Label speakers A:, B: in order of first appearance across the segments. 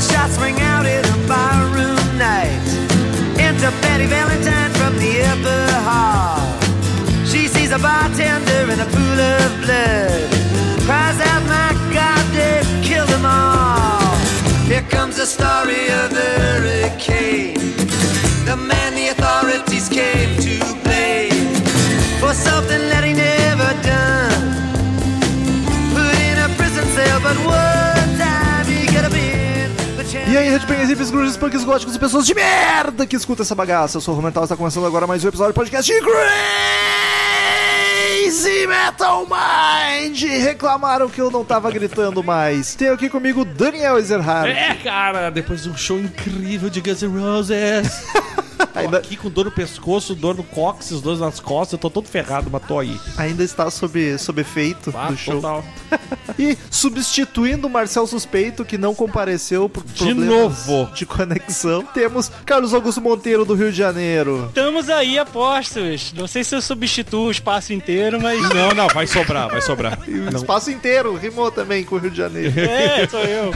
A: shots ring out in a barroom night. Enter Betty Valentine from the upper hall. She sees a bartender in a pool of blood. Cries out, my God, they killed them all. Here comes the story of the hurricane. The man the authorities came to blame for something that he never done put in a prison cell, but one time he could have been the
B: E aí,
A: champion.
B: Redbangers, hippies, grunges, punks, góticos e pessoas de merda que escuta essa bagaça. Eu sou o Romental e está começando agora mais um episódio do podcast de Crazy Metal Mind. Reclamaram que eu não tava gritando mais. Tenho aqui comigo Daniel Ezerhard.
C: É, cara, depois de um show incrível de Guns N' Roses. Tô
B: Ainda-
C: aqui com dor no pescoço, dor no cóccix, dor nas costas, eu tô todo ferrado, mas tô aí.
B: Ainda está sob, sob efeito
C: Ah,
B: do show.
C: total.
B: E substituindo o Marcel Suspeito, que não compareceu por problemas
C: novo.
B: de conexão, temos Carlos Augusto Monteiro do Rio de Janeiro.
D: Estamos aí apostos. Não sei se eu substituo o espaço inteiro, mas.
C: Não, não, vai sobrar, vai sobrar.
B: E o
C: Ah, Não,
B: espaço inteiro rimou também com o Rio de Janeiro.
D: É, sou eu.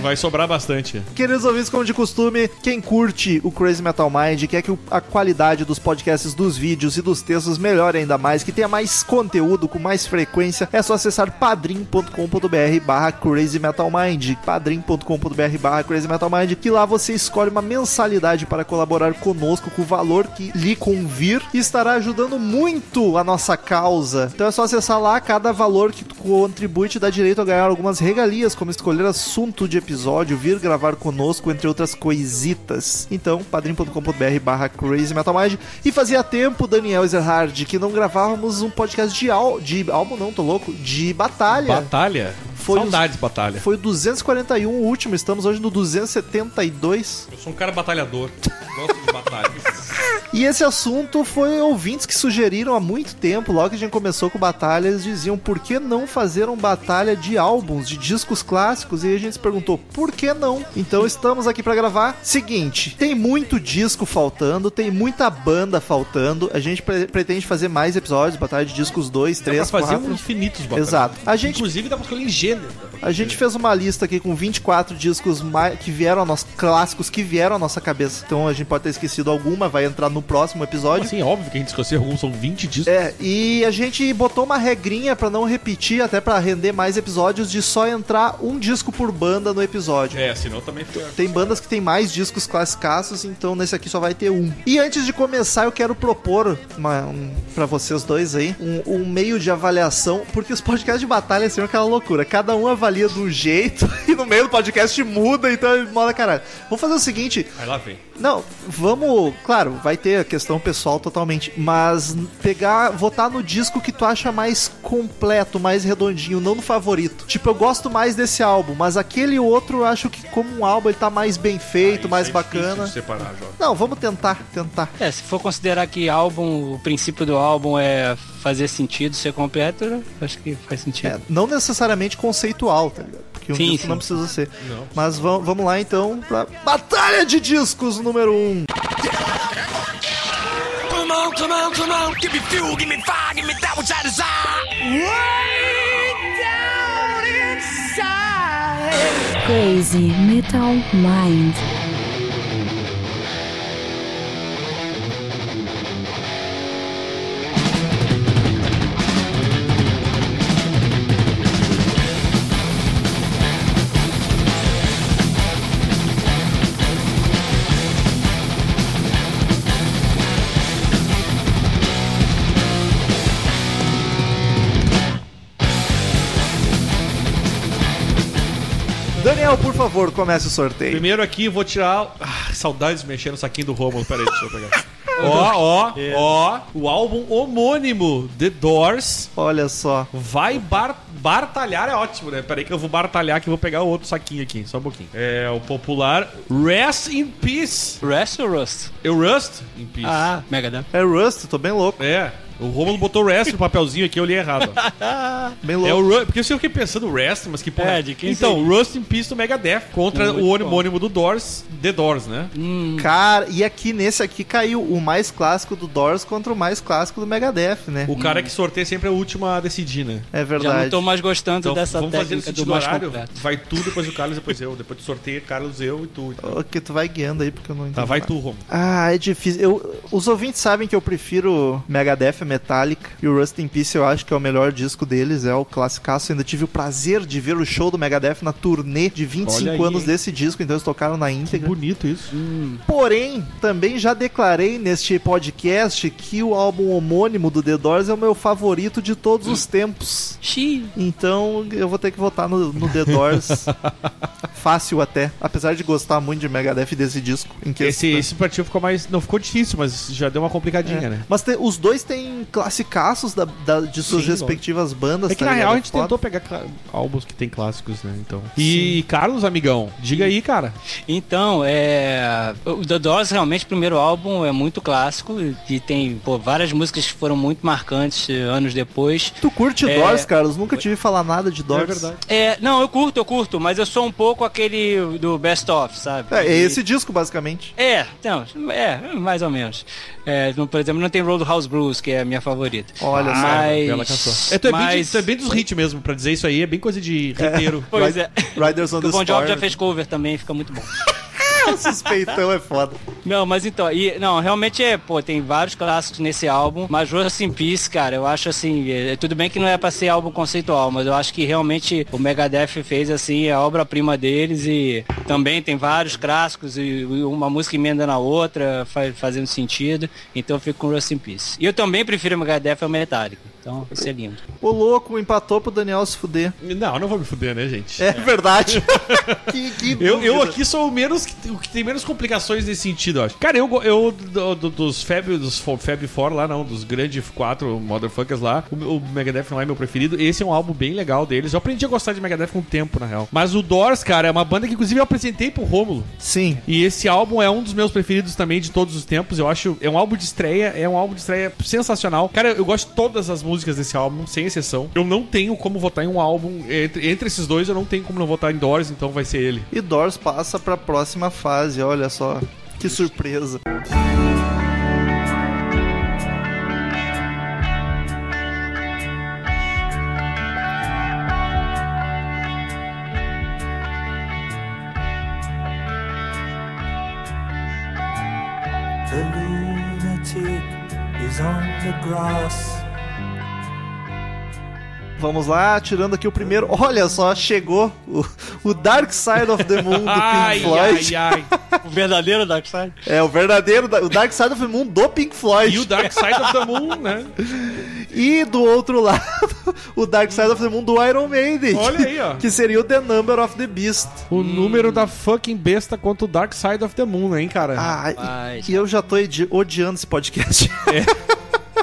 C: vai sobrar bastante.
B: Queridos ouvintes, como de costume, quem curte o Crazy Metal Mind, quer que o- a qualidade dos podcasts, dos vídeos e dos textos melhore ainda mais, que tenha mais conteúdo com mais frequência, é só acessar padrim.com.br barra Crazy Metal Mind, padrim.com.br barra Crazy Metal Mind, que lá você escolhe uma mensalidade para colaborar conosco com o valor que lhe convir e estará ajudando muito a nossa causa. Então é só acessar lá cada valor que tu contribui te dá direito a ganhar algumas regalias, como escolher assunto de episódio, vir gravar conosco, entre outras coisitas. Então, padrim.com.br barra Crazy Metal Mind. E fazia tempo, Daniel Ezerhard, que não gravávamos um podcast de álbum, de álbum não, tô louco, de batalha.
C: Batalha?
B: É. Foi
C: Saudades, batalha.
B: Foi o 241 o último, estamos hoje no 272.
C: Eu sou um cara batalhador. Gosto de batalhas.
B: E esse assunto foi ouvintes que sugeriram há muito tempo, logo que a gente começou com batalha, eles diziam por que não fazer um batalha de álbuns, de discos clássicos? E aí a gente se perguntou por que não? Então estamos aqui pra gravar. Seguinte, tem muito disco faltando, tem muita banda faltando. A gente pre- pretende fazer mais episódios, batalha de discos 2,
C: Dá pra
B: 3,
C: fazer
B: 4.
C: um infinitos batalhas.
B: Exato. A gente
C: Inclusive dá pra escolher em gênero.
B: a gente fez uma lista aqui com 24 discos mai- que vieram a nós, clássicos que vieram à nossa cabeça. Então a gente pode ter esquecido alguma, vai entrar no próximo episódio.
C: Assim, óbvio que a gente escolheu alguns, são 20 discos.
B: É, e a gente botou uma regrinha pra não repetir, até pra render mais episódios, de só entrar um disco por banda no episódio.
C: É, senão também fica...
B: Tem bandas que tem mais discos classicaços, então nesse aqui só vai ter um. E antes de começar, eu quero propor uma, um, para vocês dois aí um, um meio de avaliação, porque os podcasts de batalha são aquela loucura. Cada um avalia de um jeito e no meio do podcast muda, então moda caralho. Vamos fazer o seguinte:
C: Vai lá, vem.
B: não, vamos. Claro, vai ter a questão pessoal totalmente. Mas pegar. votar no disco que tu acha mais completo, mais redondinho, não no favorito. Tipo, eu gosto mais desse álbum, mas aquele outro eu acho que, como um álbum, ele tá mais bem feito, mais bacana.
C: é separar, Jorge.
B: Não, vamos tentar, tentar.
D: É, se for considerar que álbum, o princípio do álbum é fazer sentido, ser completo, né? acho que faz
B: É,
D: sentido.
B: não necessariamente conceitual, tá ligado? Porque um
D: Sim,
B: disco
D: sim.
B: não precisa ser.
C: Não.
B: Mas vam- vamos lá então pra Batalha de Discos número 1. Um.
E: Come on, come on, come on. Give me fuel, give me fire, give me that which I desire. Way down inside.
F: Crazy Metal Mind.
B: Daniel, por favor, comece o sorteio.
C: Primeiro aqui, vou tirar. Ah, saudades de mexer no saquinho do Romulo. Pera aí, deixa eu pegar. Ó, ó,
D: É.
C: ó. O álbum homônimo, The Doors,
B: Olha só.
C: vai bar- bartalhar. É ótimo, né? Pera aí que eu vou bartalhar que eu vou pegar o outro saquinho aqui. Só um pouquinho. É o popular Rest in Peace.
D: Rest ou Rust?
C: Eu Rust in Peace.
D: Ah, Megadeth.
B: É Rust, tô bem louco.
C: É. O Romulo botou wrestling no papelzinho aqui, eu li errado. ó.
B: Bem louco.
C: É o Ru- Porque se eu fiquei pensando wrestling, mas que porra.
D: É, de quem
C: então,
D: seria?
C: Rust in Peace do Megadeth contra
D: Muito
C: o
D: bom.
C: homônimo do Doors, The Doors, né?
B: Cara, e aqui nesse aqui caiu o mais clássico do Doors contra o mais clássico do Megadeth, né?
C: O cara que sorteia sempre é o último a decidir, né?
B: É
D: Já não
B: verdade.
D: tô mais gostando
C: Então,
D: dessa
C: vamos fazer no
D: técnica do
C: sentido
D: mais
C: horário.
D: completo.
C: Vai tu, depois o Carlos, depois eu. Depois tu sorteia, Carlos, eu e tu.
B: Ô, Que tu vai guiando aí, porque eu não entendi.
C: Tá, vai
B: nada.
C: tu, Romulo.
B: Ah, é difícil. Eu, os ouvintes sabem que eu prefiro Megadeth Metallica e o Rust in Peace eu acho que é o melhor disco deles, é o classicaço. Ainda tive o prazer de ver o show do Megadeth na turnê de 25
C: Olha aí,
B: anos
C: hein?
B: desse disco, então eles tocaram na íntegra.
C: Bonito isso.
B: Porém, também já declarei neste podcast que o álbum homônimo do The Doors é o meu favorito de todos
C: Hum.
B: os tempos.
D: Xiii.
B: Então eu vou ter que votar no, no The Doors. Fácil até. Apesar de gostar muito de Megadeth e desse disco. Em que
C: Esse, esse partido ficou mais. Não ficou difícil, mas já deu uma complicadinha,
B: É.
C: né?
B: Mas te- os dois têm classicaços da, da- de suas
C: Sim,
B: respectivas bandas.
C: É que
B: tá
C: na
B: ligado?
C: real a gente
B: Foda.
C: tentou pegar cla- álbuns que tem clássicos, né? Então. E Carlos, amigão, diga aí, cara.
D: Então, é. O The Doors realmente, o primeiro álbum é muito clássico e- e tem pô, várias músicas que foram muito marcantes eh, anos depois.
B: Tu curte
D: É.
B: Doors, Carlos? Nunca tive falar nada de Doors.
D: É, não, eu curto, eu curto, mas eu sou um pouco aquele do best of, sabe?
B: É, é
D: E-
B: esse disco, basicamente.
D: É, então, é, mais ou menos. É, não, por exemplo, não tem Roadhouse Blues, que é a minha favorita.
B: Olha só.
D: mas,
C: Bela canção. É, tu é, bem de,
D: mas-
C: tu é bem dos hits mesmo, pra dizer isso aí, é bem coisa de riteiro.
D: Pois é.
B: Riders on
D: Porque
B: the
D: o Bon Job já
B: Storm.
D: fez cover também, fica muito bom.
B: O suspeitão é foda.
D: Não, mas então, e, não, realmente é, pô, tem vários clássicos nesse álbum, mas Rust in Peace, cara, eu acho assim, é, tudo bem que não é pra ser álbum conceitual, mas eu acho que realmente o Megadeth fez, assim, a obra-prima deles e também tem vários clássicos e uma música emenda na outra, fa- fazendo sentido, então eu fico com Rust in Peace. E eu também prefiro o Megadeth ao Metallica, então isso é lindo.
B: O louco empatou pro Daniel se fuder.
C: Não, não vou me fuder, né, gente?
B: É, verdade. que, que
C: Eu, eu
B: dúvida.
C: aqui sou o menos que- o que tem menos complicações nesse sentido, eu acho. Cara, eu, go- eu do- do- dos Fab, dos Fo- Fab Four lá, não, dos grandes quatro motherfuckers lá, o, o Megadeth não é meu preferido. Esse é um álbum bem legal deles. Eu aprendi a gostar de Megadeth com o tempo, na real. Mas o Doors, cara, é uma banda que inclusive eu apresentei pro Rômulo.
B: Sim.
C: E esse álbum é um dos meus preferidos também de todos os tempos. Eu acho. É um álbum de estreia, é um álbum de estreia sensacional. Cara, eu gosto de todas as músicas desse álbum, sem exceção. Eu não tenho como votar em um álbum. Entre, entre esses dois, eu não tenho como não votar em Doors, então vai ser ele.
B: E Doors passa pra próxima fase, olha só. Que surpresa.
G: The lunatic is on the grass.
B: Vamos lá, tirando aqui o primeiro. Olha só, chegou o, o Dark Side of the Moon do Pink Floyd.
C: ai.
D: O verdadeiro Dark Side?
B: É o verdadeiro da- o Dark Side of the Moon do Pink Floyd.
C: E o Dark Side of the Moon, né?
B: E do outro lado, o Dark Side of the Moon do Iron Maiden.
C: Olha aí, ó.
B: Que seria o The Number of the Beast.
C: O número da fucking besta contra o Dark Side of the Moon, né, hein, cara?
B: Ah, e-
D: Mas-
B: e, eu já tô edi- odiando esse podcast.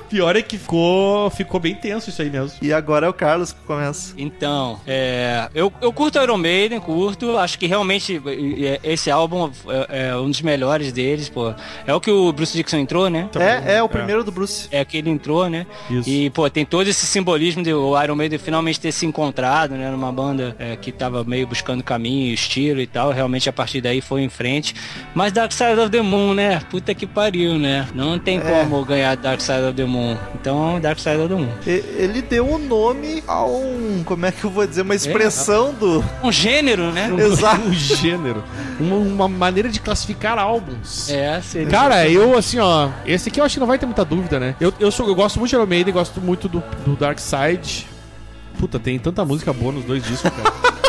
C: Pior é que ficou, ficou bem tenso isso aí mesmo.
B: e agora é o Carlos que começa.
D: Então, é, eu, eu curto Iron Maiden, curto. Acho que realmente é, é, esse álbum é, é um dos melhores deles, pô. É o que o Bruce Dixon entrou, né?
C: Tá
B: É, é o primeiro do Bruce.
D: É que ele entrou, né?
C: Isso.
D: E, pô, tem todo esse simbolismo de o Iron Maiden finalmente ter se encontrado, né? Numa banda é, que tava meio buscando caminho, estilo e tal. Realmente, a partir daí foi em frente. Mas Dark Side of the Moon, né? Puta que pariu, né? Não tem como ganhar Dark Side of the Moon. Então, Dark Side of the Moon.
B: E- Ele deu o nome a um. Como é que eu vou dizer? Uma expressão do.
D: Um gênero, né?
B: Exato.
C: Um gênero. Uma, uma maneira de classificar álbuns.
D: É, seria.
C: Cara, eu assim, ó. Esse aqui eu acho que não vai ter muita dúvida, né? Eu, eu, sou, eu gosto muito de Iron Maiden, gosto muito do, do Dark Side. Puta, tem tanta música boa nos dois discos, cara.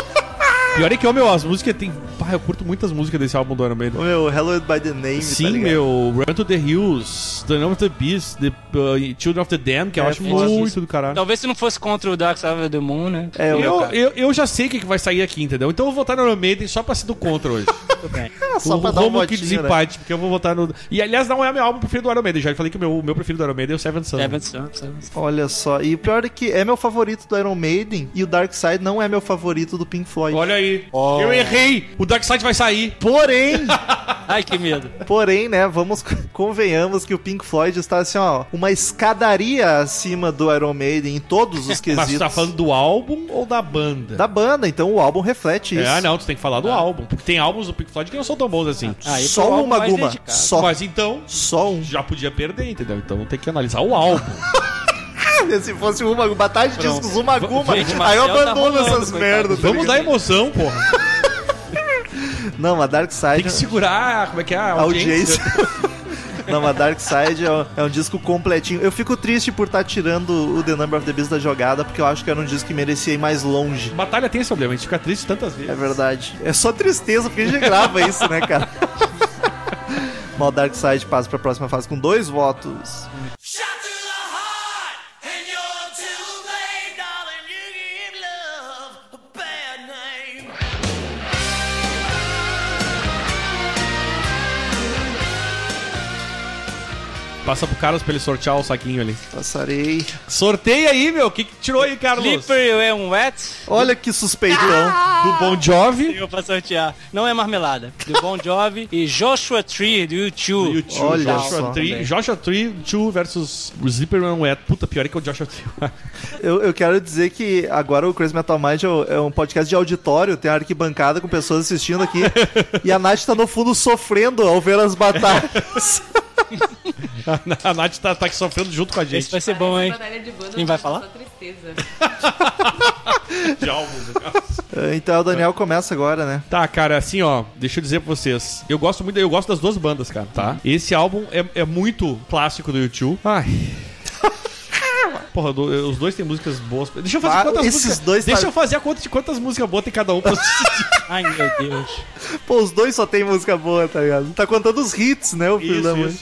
C: Pior é que, ó, meu, as músicas tem. Pá, eu curto muitas músicas desse álbum do Iron Maiden.
B: O meu Hello by the Name. tá
C: Sim,
B: ligado?
C: meu, Run to the Hills, The Name of the Beast, The uh, Children of the Damned, que eu
B: É,
C: acho
B: foda
C: muito
B: isso.
C: do caralho.
D: Talvez se não fosse contra o Dark Side of the Moon, né?
B: É, o meu
C: Eu,
B: cara.
C: eu, eu já sei o que, que vai sair aqui, entendeu? Então eu vou votar no Iron Maiden só pra ser do contra hoje.
D: Tudo bem.
B: Ah, só
C: o
B: pra dar um
C: Romulo
B: votinho,
C: que
B: né?
C: desempate, porque eu vou votar no. E aliás, não é meu álbum preferido do Iron Maiden. Já falei que o meu, o meu preferido do Iron Maiden é o Seven Sun.
D: Seven Sons, Seven Sons.
B: Olha só, e o pior é que é meu favorito do Iron Maiden e o Dark Side não é meu favorito do Pink Floyd.
C: Olha aí.
D: Oh.
C: Eu errei. O Dark Side vai sair.
B: Porém,
D: Ai, que medo.
B: porém, né, vamos convenhamos que o Pink Floyd está assim, ó, uma escadaria acima do Iron Maiden em todos os
C: Mas
B: quesitos.
C: tu tá falando do álbum ou da banda?
B: da banda, então o álbum reflete isso. Ah.
C: É, não, tu tem que falar do álbum. Porque tem álbuns do Pink Floyd que não são tão bons assim.
D: Ah, esse é
B: Só
D: o álbum
B: uma
D: mais
B: guma,
D: dedicado.
B: só,
C: Mas então,
B: só um.
C: já podia perder, entendeu? Então tem que analisar o álbum.
B: Se fosse uma batalha de discos, uma guma,
D: Gente,
B: aí eu
D: Marcel tá
B: abandono
D: rolando,
B: essas
D: coitado.
B: merdas. tá
C: Vamos dar
B: ligado?
C: emoção, porra.
B: Não, a Dark Side.
C: Tem que segurar, como é que é? A
B: A audiência. Não, a Dark Side é um, é um disco completinho. Eu fico triste por estar tirando o The Number of the Beast da jogada, porque eu acho que era um disco que merecia ir mais longe.
C: Batalha tem esse problema, a gente fica triste tantas vezes.
B: É verdade. É só tristeza, porque a gente grava isso, né, cara? Mal Dark Side passa pra próxima fase com dois votos.
E: Shot to the heart, and you're too late, darling. You give love a bad name.
B: É.
C: Passa pro Carlos pra ele sortear o saquinho ali.
B: Passarei.
C: Sorteia aí, meu. O que, que tirou aí, Carlos?
D: Slippery When é um Wet,
B: Olha que suspeitão.
C: Do Bon Jovi.
D: eu pra sortear. Não é marmelada. Do Bon Jovi e Joshua Tree, do YouTube.
C: YouTube,
B: Olha
C: Joshua
B: só.
C: Tree, Joshua Tree 2 versus Slipper and Wet. Puta, pior é que o Joshua Tree.
B: Eu, eu quero dizer que agora o Crazy Metal Mind é o- é um podcast de auditório, tem arquibancada com pessoas assistindo aqui. e a Nath tá no fundo sofrendo ao ver as batalhas.
C: a Nath tá, tá aqui sofrendo junto com a
D: Esse
C: gente.
D: vai ser bom, hein?
H: Batalha de banda,
D: Quem vai
H: só
D: falar?
H: tristeza.
C: é De álbum, né? no caso.
B: então o Daniel
C: É.
B: começa agora, né?
C: Tá, cara, assim, ó, deixa eu dizer pra vocês. Eu gosto muito, eu gosto das duas bandas, cara, tá? Esse álbum é, é muito clássico do YouTube. Ai. Porra, do- eu- os dois têm músicas boas. Deixa eu fazer
B: Ah,
C: quantas
B: esses
C: músicas.
B: dois tá-
C: deixa eu fazer a conta de quantas músicas boas tem cada um pra assistir.
D: Ai, meu Deus.
B: Pô, os dois só tem música boa, tá ligado? Tá contando os hits, né, o filho da mãe?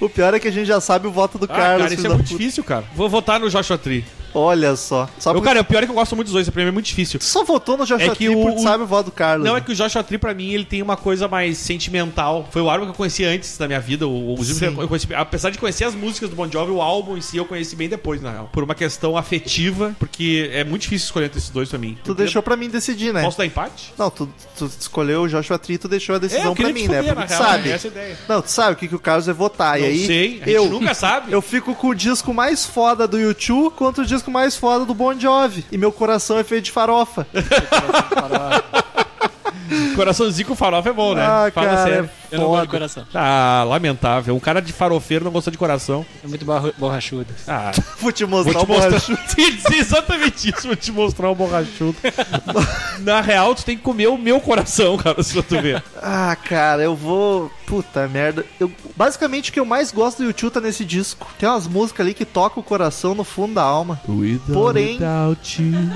B: O pior é que a gente já sabe o voto do
C: Ah,
B: Carlos.
C: cara, isso
B: filho
C: é
B: da
C: muito
B: puta.
C: difícil, cara. Vou votar no Joshua Tree.
B: Olha só. Só
C: Eu,
B: porque
C: cara, o pior é que eu gosto muito dos dois, esse prêmio é muito difícil.
B: tu só votou no Joshua
C: É que
B: Tree
C: o-
B: porque tu
C: o-
B: sabe o voto do Carlos. né?
C: Não, é que o Joshua Tree, pra mim, ele tem uma coisa mais sentimental. Foi o álbum que eu conheci antes da minha vida. O, o Zimmer, eu conheci- apesar de conhecer as músicas do Bon Jovi, o álbum em si eu conheci bem depois, na real. Por uma questão afetiva, porque é muito difícil escolher entre esses dois pra mim.
B: Tu deixou pra mim decidir, né?
C: Posso dar empate? É,
B: Não, tu, tu escolheu o Joshua Tree, tu deixou a decisão
C: eu
B: pra
C: queria
B: mim,
C: te
B: né?
C: fuder,
B: Porque tu
C: na real,
B: sabe.
C: é essa a ideia.
B: Não, tu sabe o que, que o Carlos vai votar. e
C: Não
B: aí,
C: sei, a gente
B: eu,
C: nunca sabe.
B: eu fico com o disco mais foda do YouTube contra o disco mais foda do Bon Jovi. E meu coração é feito de farofa.
C: Coraçãozinho com farofa é bom, né?
B: Ah,
C: Fala
B: cara,
C: sério.
D: Eu não gosto de
B: Foda.
D: coração.
C: Ah, lamentável. Um cara de farofeiro não gostou de coração.
D: É muito barro- borrachudo.
C: Ah,
B: Vou te
C: vou
B: mostrar
C: te
B: o borrachudo.
C: mostrar. Sim, sim, Exatamente isso, vou te mostrar o borrachudo. Na real, tu tem que comer o meu coração, cara, se tu ver.
B: Ah, cara, eu vou. Puta merda. Eu... Basicamente, o que eu mais gosto do YouTube tá nesse disco. Tem umas músicas ali que tocam o coração no fundo da alma. Porém-
C: Without you.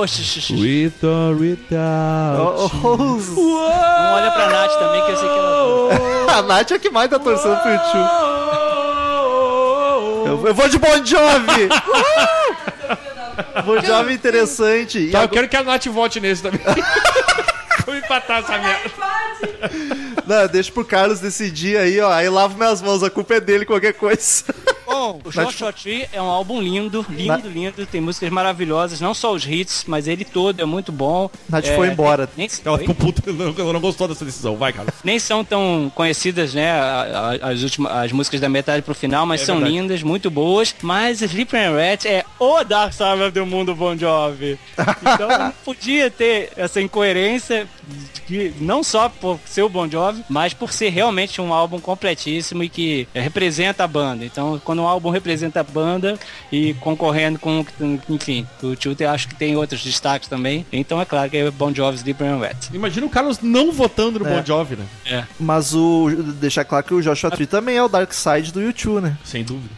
D: Oxi, xixi, xixi.
C: With or without.
B: Oh, oh,
D: Não olha pra Nath também, que eu sei que ela...
B: a Nath é que mais tá torcendo pro YouTube. Eu, eu vou de Bon Jovi! bon Jovi interessante. E
C: Tá, eu
B: agora-
C: quero que a Nath vote nesse também. Vou empatar essa merda.
B: Não, deixa pro Carlos decidir aí, ó. Aí lavo minhas mãos, a culpa é dele, qualquer coisa.
D: Bom, o Joshua Tree é um álbum lindo, lindo, lindo. Tem músicas maravilhosas, não só os hits, mas ele todo é muito bom.
B: Nath
D: É,
B: foi embora.
D: Nem, se-
C: Ela
D: Oi?
C: ficou puta, não- ela não gostou dessa decisão. Vai, cara.
D: Nem são tão conhecidas, né, a- a- as, últimas, as músicas da metade pro final, mas
C: É
D: são
C: verdade.
D: lindas, muito boas. Mas Sleeping Rat é o Dark Side do mundo Bon Jovi. Então não podia ter essa incoerência, de- não só por ser o Bon Jovi, mas por ser realmente um álbum completíssimo e que representa a banda. Então, quando um álbum representa a banda e concorrendo com, enfim, o Tilter acho que tem outros destaques também. Então é claro que é Bon Jovi Sleeping Rat.
C: Imagina o Carlos não votando no
B: É.
C: Bon Jovi, né?
B: Mas o. Deixar claro que o Joshua Tree também é o Dark Side do YouTube, né?
C: Sem dúvida.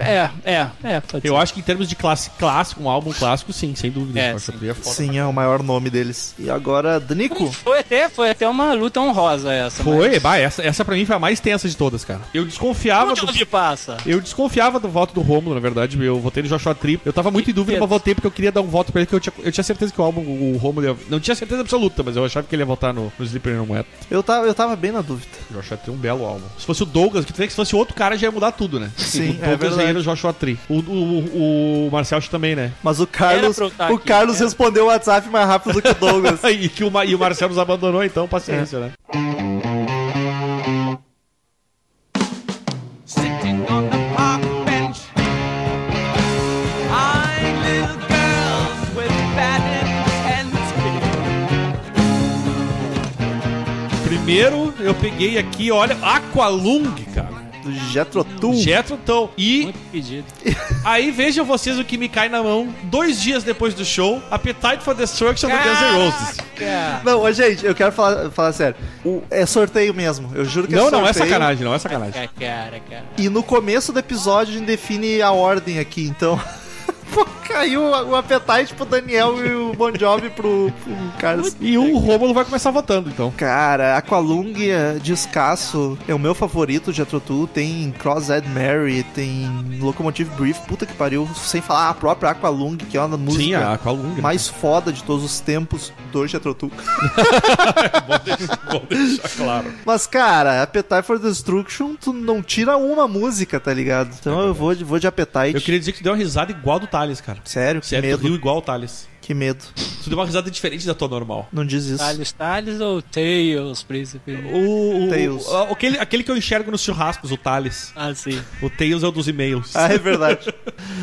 D: É, é, é, é. Pode
C: Eu
D: ser.
C: acho que em termos de classe clássico, um álbum clássico, sim, sem dúvida.
D: É,
C: Eu acho
D: sim.
C: que é foda.
B: Sim, é o maior nome deles. E agora, Danico?
D: Foi até, foi até uma luta honrosa essa. né?
C: Foi, bah, essa, essa pra mim foi a mais tensa de todas, cara. Eu desconfiava
D: Mas...
C: do.
D: Onde passa?
C: Eu desconfiava do voto do Romulo, na verdade. Eu votei no Joshua Tree. Eu tava muito em dúvida, mas votei porque eu queria dar um voto pra ele, que eu tinha, eu tinha certeza que o álbum, o Romulo ia... Não tinha certeza absoluta, mas eu achava que ele ia votar no, no Sleeper No Wet.
B: Eu tava, eu tava bem na dúvida.
C: Joshua Tree é um belo álbum. Se fosse o Douglas, que tu vê que se fosse outro cara, já ia mudar tudo, né?
B: Sim,
C: o
B: é
C: Douglas cozinheiro Joshua Tree. O, o, o, o Marcel também, né?
B: Mas o Carlos,
D: pra eu estar
B: o
D: aqui, É.
B: Carlos
D: era.
B: respondeu o WhatsApp mais rápido do que o Douglas.
C: e, que o, Ma- e o Marcel nos abandonou, então paciência, né?
E: sitting on the park bench. Eyeing little girls with bad intent.
C: Primeiro, eu peguei aqui, olha, Aqualung, cara.
B: Do Jetrotul.
C: Jetro Tull. E
D: Muito pedido.
C: aí vejam vocês o que me cai na mão dois dias depois do show: Appetite for Destruction do Guns N' Roses.
B: Não, ô, gente, eu quero falar, falar sério. O- é sorteio mesmo. Eu juro que é
C: Não,
B: sorteio.
C: não é sacanagem, não é sacanagem.
D: Cara, cara, cara.
B: E no começo do episódio a gente define a ordem aqui, então. Pô, caiu o apetite pro Daniel e o Bon Jovi pro, pro Carlos.
C: E o Rômulo vai começar votando, então.
B: Cara, Aqualung é discaço. É o meu favorito de Atrotu. Tem Cross-Eyed Mary, tem Locomotive Brief. Puta que pariu. Sem falar a própria Aqualung, que é uma música
C: Sim, a Aqualung.
B: mais foda de todos os tempos do Jetrotu.
C: Vou deixar claro.
B: Mas, cara, Appetite for Destruction, tu não tira uma música, tá ligado? Então eu vou de, vou de Appetite.
C: Eu queria dizer que tu deu uma risada igual do Thales, cara.
B: Sério, que
C: Você é do
B: medo.
C: Rio igual o Thales.
B: Que medo.
C: Tu deu uma risada diferente da tua normal.
B: Não diz isso.
D: Tales, Tales ou Tails, príncipe?
C: O, o-
B: Tails.
C: o- aquele, aquele que eu enxergo nos churrascos, o Thales.
D: Ah, sim.
C: O Tails é o dos e-mails.
B: Ah, é verdade.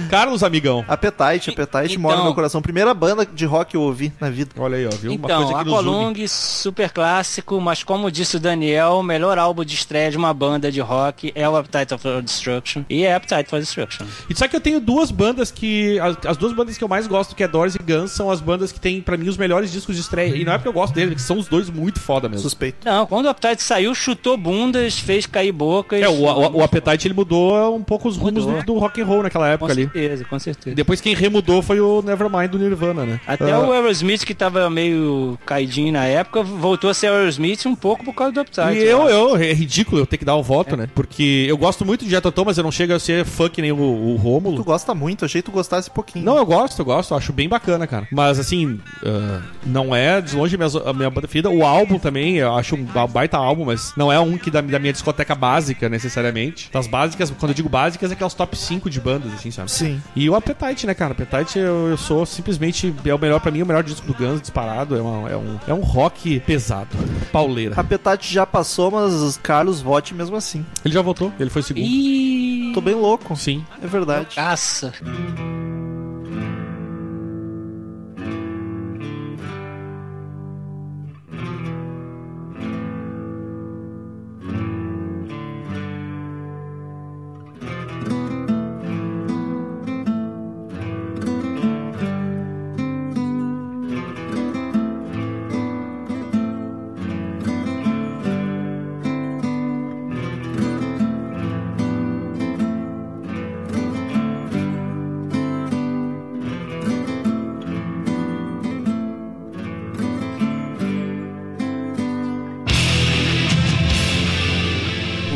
C: Carlos, amigão.
B: Appetite, Appetite mora no
D: Então-
B: meu coração. Primeira banda de rock que eu ouvi na vida.
C: Olha aí, ó, viu?
D: Então, Aqualung, super clássico, mas como disse o Daniel, o melhor álbum de estreia de uma banda de rock é o Appetite for Destruction. E é Appetite for Destruction.
C: E só que eu tenho duas bandas que. As, as duas bandas que eu mais gosto, que é Doors e Guns, são as bandas que têm, pra mim, os melhores discos de estreia. E não é porque eu gosto deles, é que são os dois muito foda mesmo.
B: Suspeito.
D: Não, quando o Appetite saiu, chutou bundas, fez cair bocas.
C: É, o, o, o Appetite ele mudou um pouco os rumos do,
D: Mudou.
C: do rock and roll naquela
D: Com
C: época ali.
D: certeza, com certeza.
C: Depois quem remudou foi o Nevermind do Nirvana, né?
D: Até
C: Ah,
D: o Aerosmith, que tava meio caidinho na época, voltou a ser Aerosmith um pouco por causa do Appetite. É.
C: E eu, eu, é ridículo eu ter que dar o voto, né? Porque eu gosto muito de Jetotão, mas eu não chego a ser fã que nem o, o Rômulo.
B: Tu gosta muito, achei que tu gostasse pouquinho.
C: Não, eu gosto, eu gosto, eu acho bem bacana, cara. Mas assim, ah, não é de longe minha, a minha banda preferida. O álbum também, eu acho um ba- baita álbum, mas não é um que da, da minha discoteca básica, necessariamente. Das básicas, quando eu digo básicas, é aquelas top 5 de bandas, assim, sabe?
B: Sim.
C: E o Appetite, né, cara? Appetite eu, eu sou simplesmente. É o melhor pra mim, é o melhor disco do Guns disparado. É, uma- é um, é um rock pesado. Pauleira.
B: Appetite já passou, mas os Carlos vote mesmo assim.
C: Ele já voltou, ele foi segundo.
D: Ih,
B: Tô bem louco.
C: Sim.
B: É verdade.
C: Ah,
D: caça.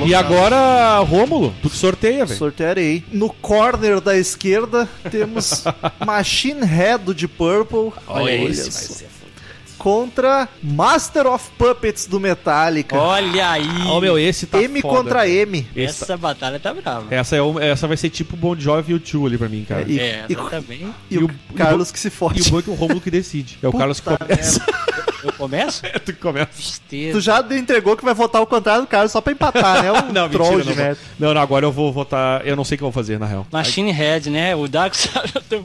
C: E agora, Rômulo, tu que sorteia, velho.
B: Sortearei. No corner da esquerda temos Machine Head do Deep Purple.
C: esse vai
B: só. Contra Master of Puppets do Metallica.
D: Olha aí.
C: Oh, meu, esse tá
B: M
C: foda.
B: contra M.
C: Esse tá-
D: Essa batalha tá brava.
C: Essa, é um- essa vai ser tipo Bon Jovi e o Tio ali pra mim, cara.
B: E,
D: É,
B: e-
D: ela tá bem.
B: e o
C: e o-
B: Carlos que se fode.
C: E o bom é que o Rômulo que decide. É o Carlos que começa.
D: Eu começo?
C: É tu que começa.
B: Tu
D: Tristeza.
B: já entregou que vai votar o contrário do Carlos só pra empatar, né? Um
C: Não,
B: troll
C: mentira,
B: de
C: não, vou-
B: merda.
C: não, não, agora eu vou votar. Eu não sei o que eu vou fazer, na real.
D: Machine Head, né? O Dark sabe. eu tô-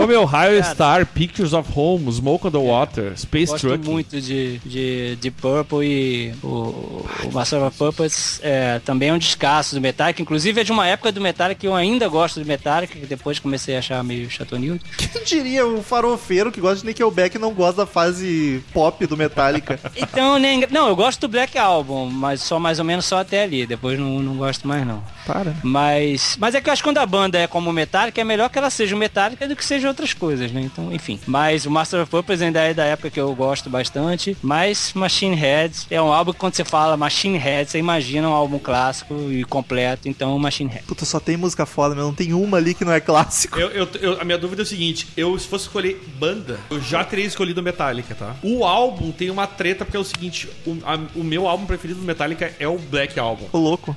C: Ô meu, High Star, Pictures of Home, Smoke on the Water, Space
D: Gosto
C: Truck.
D: muito de, de, de Purple e o, o Master of Puppets é, também é um descasso do Metallica. Inclusive é de uma época do Metallica que eu ainda gosto do Metallica, que depois comecei a achar meio chatonildo.
B: Quem diria um farofeiro que gosta de Nickelback e não gosta da fase pop do Metallica?
D: Então, nem, não, eu gosto do Black Album, mas só mais ou menos só até ali. Depois não, não gosto mais não.
B: Para.
D: Mas, mas é que eu acho que quando a banda é como o Metallica, é melhor que ela seja o Metallica do que seja outras coisas, né? Então, enfim. Mas o Master of Puppets ainda é da época que eu gosto bastante. Mas Machine Head é um álbum que quando você fala Machine Head, você imagina um álbum clássico e completo. Então, Machine Head.
B: Puta, só tem música foda, meu. Não tem uma ali que não é clássico.
C: Eu, eu- eu- a minha dúvida é o seguinte: eu, se fosse escolher banda, eu já teria escolhido Metallica. Metallica, tá? O álbum tem uma treta porque é o seguinte: o, a- o meu álbum preferido do Metallica é o Black Album.
B: Ô, louco.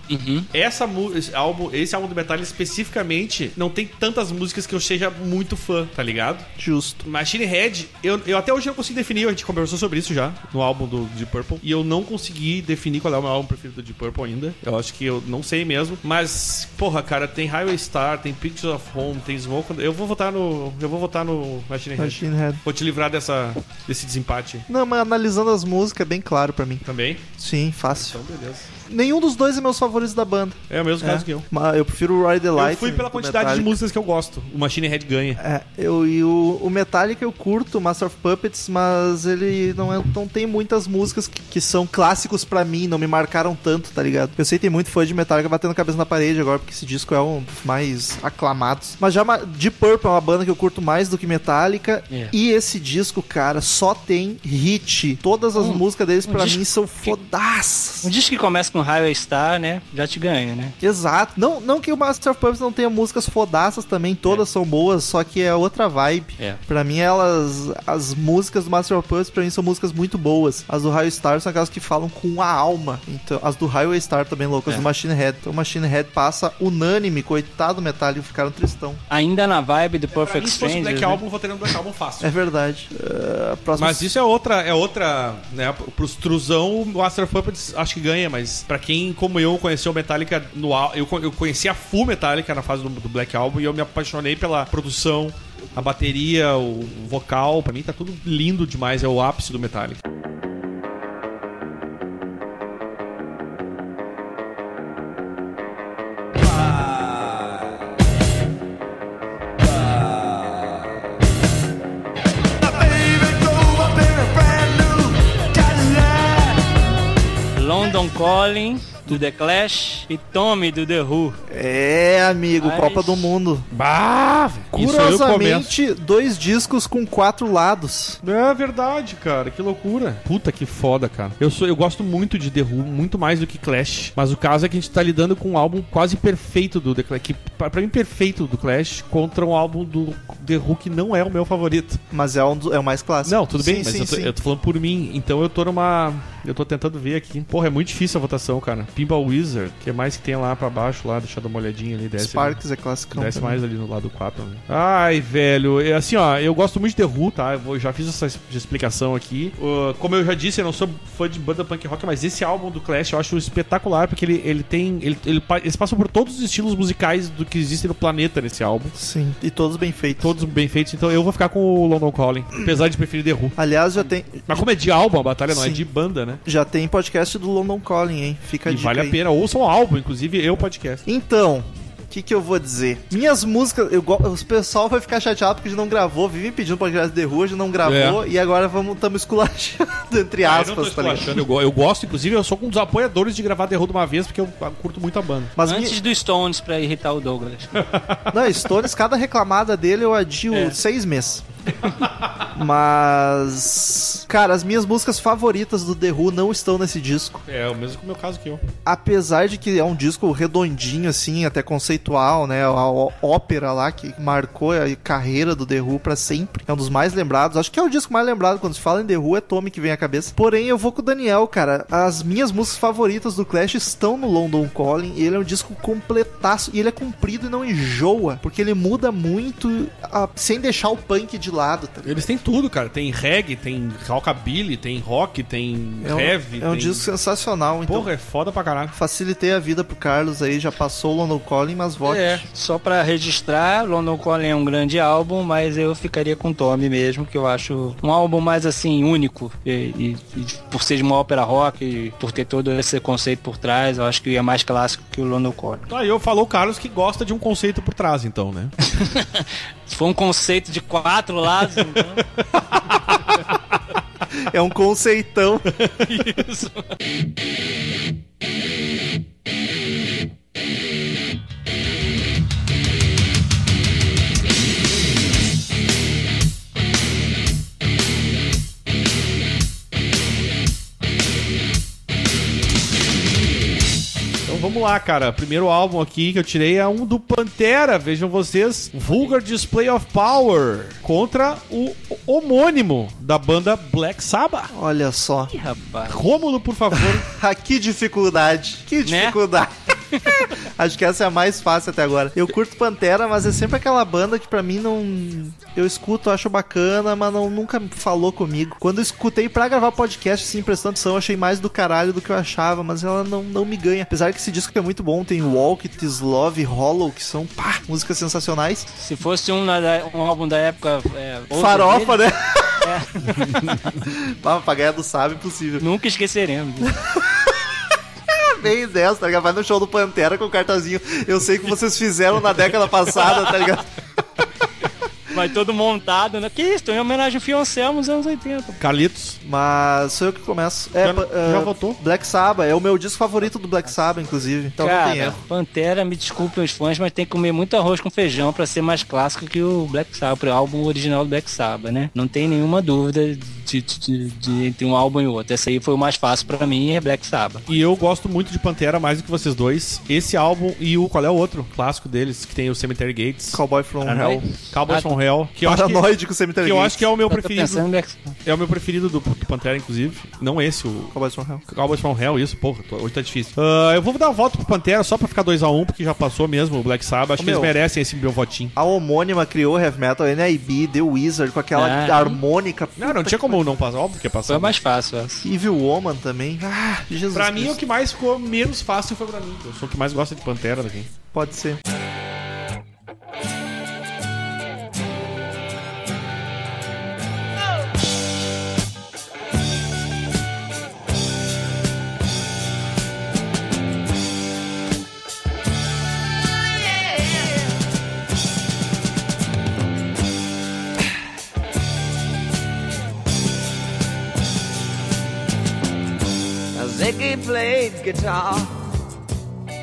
C: Essa mu- esse álbum, esse álbum do Metallica especificamente, não tem tantas músicas que eu seja muito fã, tá ligado?
B: Justo.
C: Machine Head, eu, eu até hoje não consigo definir, a gente conversou sobre isso já no álbum do Deep Purple, e eu não consegui definir qual é o meu álbum preferido do Deep Purple ainda. Eu acho que eu não sei mesmo, mas porra, cara, tem Highway Star, tem Pictures of Home, tem Smoke, on- eu vou votar no eu vou votar no Machine Head.
B: Machine Head.
C: Vou te livrar dessa desse desempate
B: Não, mas analisando as músicas é bem claro pra mim.
C: também.
B: Sim, fácil.
C: Então, beleza.
B: Nenhum dos dois é meus favoritos da banda.
C: É o mesmo caso
B: É.
C: que eu.
B: Mas eu prefiro o Ride the Light.
C: Eu fui pela
B: do
C: quantidade de
B: Metallica.
C: músicas que eu gosto. O Machine Head ganha.
B: É, eu, e o, o Metallica eu curto, Master of Puppets, mas ele não, é- não tem muitas músicas que, que são clássicos pra mim, não me marcaram tanto, tá ligado? Eu sei que tem muito fã de Metallica batendo a cabeça na parede agora, porque esse disco é um dos mais aclamados. Mas já ma- Deep Purple é uma banda que eu curto mais do que Metallica,
D: É.
B: e esse disco, cara, só tem hit. Todas as músicas deles,
D: um
B: pra
D: disco
B: mim, são
D: que-
B: fodaças.
D: Um disco que começa com Highway Star, né? Já te ganha, né?
B: Exato. Não, não que o Master of Puppets não tenha músicas fodaças também, todas são boas, só que é outra vibe.
D: É.
B: Pra mim, elas. As músicas do Master of Puppets, pra mim, são músicas muito boas. As do Highway Star são aquelas que falam com a alma. Então, as do Highway Star também loucas,
D: É.
B: do Machine Head. Então, o Machine Head passa unânime, coitado do Metallica, ficaram tristão.
D: Ainda na vibe do
C: É, Pra mim,
D: Perfect
C: se fosse
D: Stranger.
C: Black
D: né?
C: Album, eu votaria no Black Album fácil.
B: É verdade. Eh, próximo-
C: Mas isso é outra, é outra, né? Pros truzão, o Master of Puppets acho que ganha, mas pra quem, como eu, conheceu o Metallica no al- eu, co- eu conheci a full Metallica na fase do, do Black Album e eu me apaixonei pela produção, a bateria, o, o vocal, pra mim tá tudo lindo demais, é o ápice do Metallica.
D: London Calling, do The Clash. E Tommy, do The Who.
B: É, amigo,
D: Mas-
B: Copa do Mundo.
C: Bah!
B: Curiosamente, dois discos com quatro lados.
C: É verdade, cara, que loucura. Puta que foda, cara. Eu, sou, eu gosto muito de The Who, muito mais do que Clash. Mas o caso é que a gente tá lidando com um álbum quase perfeito do The Clash. Que, pra, pra mim, perfeito do Clash contra um álbum do The Who que não é o meu favorito.
B: Mas é, um, do- é o mais clássico.
C: Não, tudo
B: Sim,
C: bem, mas
B: sim,
C: eu, tô,
B: sim.
C: eu tô falando por mim. Então eu tô numa. Eu tô tentando ver aqui. Porra, é muito difícil a votação, cara. Pinball Wizard, que é mais que tem lá pra baixo, lá, deixa eu dar uma olhadinha ali, desce. ali.
B: Sparks é clássico.
C: Desce mais ali no lado 4. Né? Ai, velho. é Assim, ó, eu gosto muito de The Who, tá? Eu vou- já fiz essa es- explicação aqui. Uh, como eu já disse, eu não sou fã de banda punk rock, mas esse álbum do Clash eu acho espetacular, porque ele, ele tem. Ele, ele pa- eles passam por todos os estilos musicais do que existem no planeta nesse álbum.
B: Sim, e todos bem feitos.
C: Todos bem feitos, então eu vou ficar com o London Calling, apesar de preferir The Who.
B: Aliás, já tem,
C: Mas como é de álbum, a batalha não é
B: Sim.
C: de banda, né?
B: já tem podcast do London Calling, hein? Fica a
C: E
B: dica
C: vale a
B: aí.
C: pena, ouçam o álbum, inclusive eu podcast.
B: Então, o que, que eu vou dizer? Minhas músicas, eu, go- o pessoal vai ficar chateado porque a gente não gravou, vive pedindo podcast de rua, a gente não gravou, e agora vamos estamos esculachando, entre
C: Ah, É. eu não tô
B: aspas, tá ligado?
C: esculachando, eu, go- eu gosto, inclusive, eu sou um dos apoiadores de gravar The Who de uma vez, porque eu ah, curto muito a banda.
B: Mas
D: Antes
B: minha,
D: do Stones, pra irritar o Douglas.
B: não, Stones, cada reclamada dele eu adio
C: É.
B: seis meses. Mas. Cara, as minhas músicas favoritas do The Who não estão nesse disco.
C: É, o mesmo que o meu caso que eu.
B: apesar de que é um disco redondinho, assim, até conceitual, né? A ó- ópera lá que marcou a carreira do The Who pra sempre. É um dos mais lembrados. Acho que é o disco mais lembrado quando se fala em The Who, é Tommy que vem à cabeça. Porém, eu vou com o Daniel, cara. As minhas músicas favoritas do Clash estão no London Calling. E ele é um disco completaço. E ele é comprido e não enjoa. Porque ele muda muito a- sem deixar o punk de lado, tá ligado?
C: Eles têm tudo, cara. Tem reggae, tem rockabilly, tem rock, tem
B: É um,
C: heavy.
B: é um
C: tem-
B: disco sensacional, então.
C: Porra, é foda pra caralho.
B: Facilitei a vida pro Carlos aí, já passou o London Calling, mas vote.
D: É, só pra registrar, London Calling é um grande álbum, mas eu ficaria com Tommy mesmo, que eu acho um álbum mais assim, único. E, e- e por ser de uma ópera rock, e por ter todo esse conceito por trás, eu acho que é mais clássico que o London Calling.
C: Tá, Aí eu falou o Carlos que gosta de um conceito por trás, então, né?
D: Se for um conceito de quatro lados, então...
B: É um conceitão.
C: Então vamos lá, cara. Primeiro álbum aqui que eu tirei é um do Pantera. Vejam vocês: Vulgar Display of Power contra o homônimo da banda Black Sabbath.
B: Olha só.
D: Ih, rapaz.
C: Rômulo, por favor.
B: Ah, que dificuldade. Que
D: Né?
B: dificuldade. Acho que essa é a mais fácil até agora. Eu curto Pantera, mas é sempre aquela banda que pra mim não. Eu escuto, acho bacana, mas não, nunca falou comigo. Quando eu escutei pra gravar podcast, assim, prestando atenção, eu achei mais do caralho do que eu achava, mas ela não, não me ganha. Apesar que esse disco é muito bom, tem Walk, Tis Love, Hollow, que são, pá, músicas sensacionais.
D: Se fosse um, na- um álbum da época. é, outro
B: Farofa,
D: dele,
B: né? Pá, pra ganhar do é sábio, impossível.
D: Nunca esqueceremos. né?
B: vez dessa, tá ligado? Vai no show do Pantera com o cartazinho. Eu sei o que vocês fizeram na década passada, tá ligado?
D: Vai todo montado, né? Que isso? Tô em homenagem ao Fiancelmo nos anos 80.
C: Carlitos.
B: Mas sou eu que começo. É,
C: Já-
B: pa-
C: já
B: ah,
C: votou?
B: Black Sabbath. É o meu disco favorito do Black Sabbath, inclusive. Então não tem
D: Cara,
B: erro.
D: Pantera, me desculpem os fãs, mas tem que comer muito arroz com feijão pra ser mais clássico que o Black Sabbath, o álbum original do Black Sabbath, né? Não tem nenhuma dúvida de, de- de- de- entre um álbum e outro. Essa aí foi o mais fácil pra mim, é Black Sabbath.
C: E eu gosto muito de Pantera mais do que vocês dois. Esse álbum e o qual é o outro clássico deles que tem o Cemetery Gates,
B: Cowboy from Hell.
C: Cowboys
D: Ah,
C: from Hell, que eu acho que,
B: Paranoide com o cemitério.
C: que eu acho que é o meu
D: Eu tô
C: preferido.
D: pensando em Black Sabbath.
C: É o meu preferido do, do Pantera inclusive. Não esse, o
B: Cowboy from Hell.
C: Cowboys from Hell, isso, porra, tô- hoje tá difícil. Ah, eu vou dar a volta pro Pantera só pra ficar 2x1, porque já passou mesmo o Black Sabbath. Acho
B: Ô,
C: que eles
B: meu.
C: merecem esse meu votinho.
B: A homônima criou Heavy Metal, NIB, The Wizard, com aquela
C: É.
D: Ah.
B: harmônica.
C: Não, não tinha como não passar, óbvio que ia
D: Foi
C: passar.
D: a mais fácil, essa.
B: Evil Woman também. Ah, Jesus
C: Pra mim, o
B: Cristo.
C: que mais ficou menos fácil foi pra mim. Eu sou o que mais gosta de Pantera daqui.
B: Pode ser.
A: Ziggy played guitar.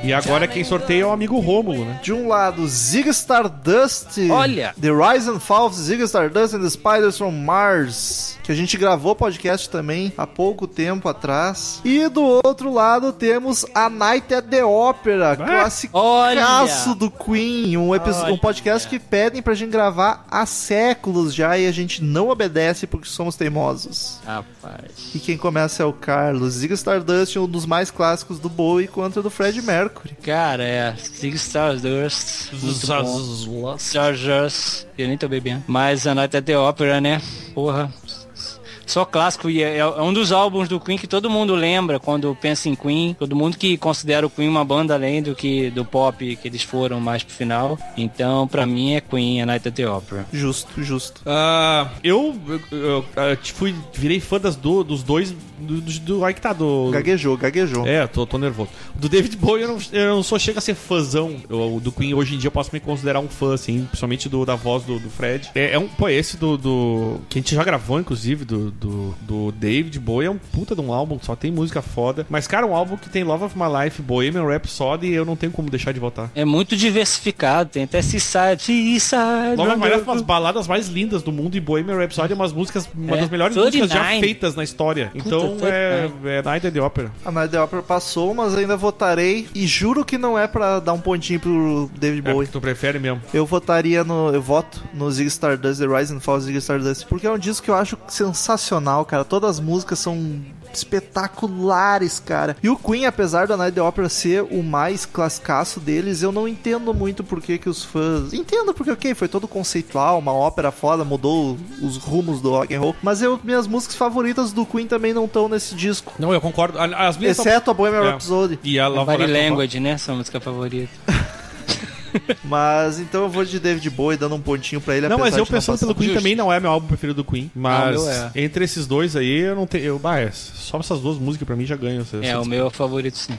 C: E agora quem sorteia é o amigo Rômulo, né?
B: De um lado, Zig Stardust.
D: Olha!
B: The Rise and Fall of Zig Stardust and the Spiders from Mars. Que a gente gravou podcast também há pouco tempo atrás. E do outro lado temos A Night at the Opera. Classicaço
D: É? Olha!
B: do Queen. Um, epi- um
D: Olha!
B: podcast que pedem pra gente gravar há séculos já e a gente não obedece porque somos teimosos.
D: Rapaz.
B: E quem começa é o Carlos. Zig Stardust, um dos mais clássicos do Bowie contra do Fred Mercury.
D: Cara, é. Six Stars Dust. muito bom. Chargers. Eu nem tô bebendo. Mas a Night at the Opera, né? Porra. Só clássico e é, é um dos álbuns do Queen que todo mundo lembra quando pensa em Queen. Todo mundo que considera o Queen uma banda além do que do pop que eles foram mais pro final. Então, pra mim é Queen, a Night at the Opera.
B: Justo, justo.
C: Ah, eu, eu, eu, ah, te fui, virei fã das do- dos dois. Do, do, do- aí que tá, do.
B: Gaguejou, gaguejou.
C: É, tô, tô nervoso. Do David Bowie eu não, eu não só chego a ser fãzão. Eu- o do Queen hoje em dia eu posso me considerar um fã, assim, principalmente do, da voz do, do Fred. É, é um. Pô, esse do, do- Que a gente já gravou, inclusive, do, do, do David Bowie é um puta de um álbum, só tem música foda. Mas, cara, um álbum que tem Love of My Life, Bohemian Rhapsody, eu não tenho como deixar de votar.
D: É muito diversificado, tem até Seaside, Seaside.
C: Love of My Life é uma das baladas mais lindas do mundo e Bohemian Rhapsody é umas músicas, uma
D: É,
C: das melhores músicas já
D: 39.
C: feitas na história. Então é, é Night at the Opera.
B: A Night the Opera passou, mas ainda votarei. E juro que não é pra dar um pontinho pro David
C: É o
B: Bowie.
C: que tu prefere mesmo.
B: Eu votaria no. Eu voto no Zig Stardust, The Rise and Fall of Zig Stardust, porque é um disco que eu acho sensacional, cara. Todas as músicas são espetaculares, cara. E o Queen, apesar da Night the Opera ser o mais classicaço deles, eu não entendo muito por que que os fãs... Entendo porque, ok, foi todo conceitual, uma ópera foda, mudou os rumos do rock and roll, mas eu, minhas músicas favoritas do Queen também não estão nesse disco.
C: Não, eu concordo. A- As minhas
B: Exceto a Bohemian
C: É.
B: Rhapsody.
C: E a Love
D: Body
C: Life of-
D: Language, né? Sua música favorita.
B: Mas então eu vou de David Bowie dando um pontinho pra ele.
C: Não, mas
B: apesar
C: eu
B: de não
C: pensando
B: passar.
C: pelo Queen
D: Justo.
C: também não é meu álbum preferido do Queen.
D: Ah,
C: Mas
D: o meu é.
C: entre esses dois aí, eu não tenho. Eu, bah, é, só essas duas músicas pra mim já ganham. essa-
D: É
C: essa-
D: o meu favorito, sim.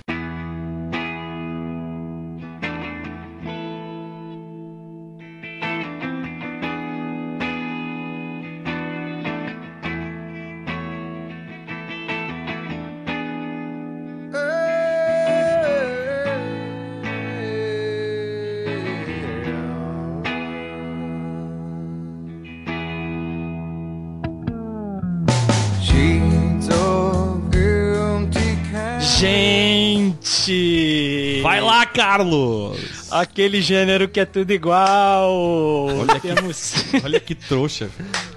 G: Shades of guilty
D: Gente!
C: Vai lá, Carlos!
D: Aquele gênero que é tudo igual.
C: Olha que-
D: Temos.
C: Olha que trouxa.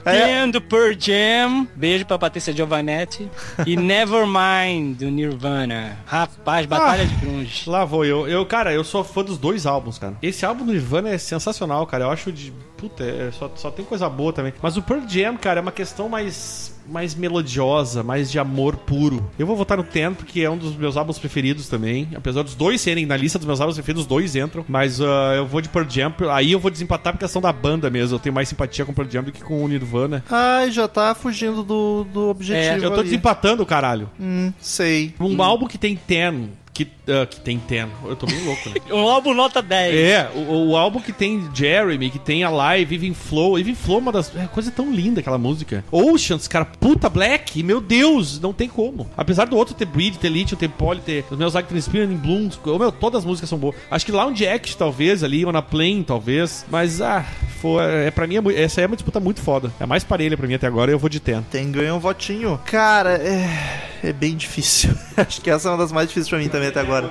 D: Tendo Pearl Jam. Beijo pra Patrícia Giovanetti. E Nevermind, do Nirvana. Rapaz, batalha de grunge.
C: Lá vou eu. eu. Cara, eu sou fã dos dois álbuns, cara. Esse álbum do Nirvana é sensacional, cara. Eu acho de. Puta, é- só, só tem coisa boa também. Mas o Pearl Jam, cara, é uma questão mais. Mais melodiosa, mais de amor puro. Eu vou votar no Ten, porque é um dos meus álbuns preferidos também. Apesar dos dois serem na lista dos meus álbuns preferidos, os dois entram. Mas ah, eu vou de Pearl Jam. Aí eu vou desempatar por questão da banda mesmo. Eu tenho mais simpatia com o Pearl Jam do que com o Nirvana.
B: Ai, já tá fugindo do, do objetivo.
C: Eu É, tô
B: ali.
C: desempatando, caralho.
B: Hum, sei.
C: Um álbum que tem Ten. Que, ah, que tem Ten. Eu tô bem louco, né?
D: Um álbum nota 10.
C: É, o, o álbum que tem Jeremy, que tem a live, Even Flow. Even Flow é uma das. É uma coisa tão linda aquela música. Oceans, cara, puta Black, meu Deus, não tem como. Apesar do outro ter Breed, ter Lithium, ter Poly, ter os meus Acting Spirit, Bloom, oh, meu, todas as músicas são boas. Acho que Lounge Act, talvez, ali, ou na Plane, talvez. Mas, ah, foi, é, pra mim, é mui- essa aí é uma disputa muito foda. É a mais parelha pra mim até agora, eu vou de Ten.
B: Tem ganho um votinho. Cara, é, é bem difícil. Acho que essa é uma das mais difíceis pra mim também até agora.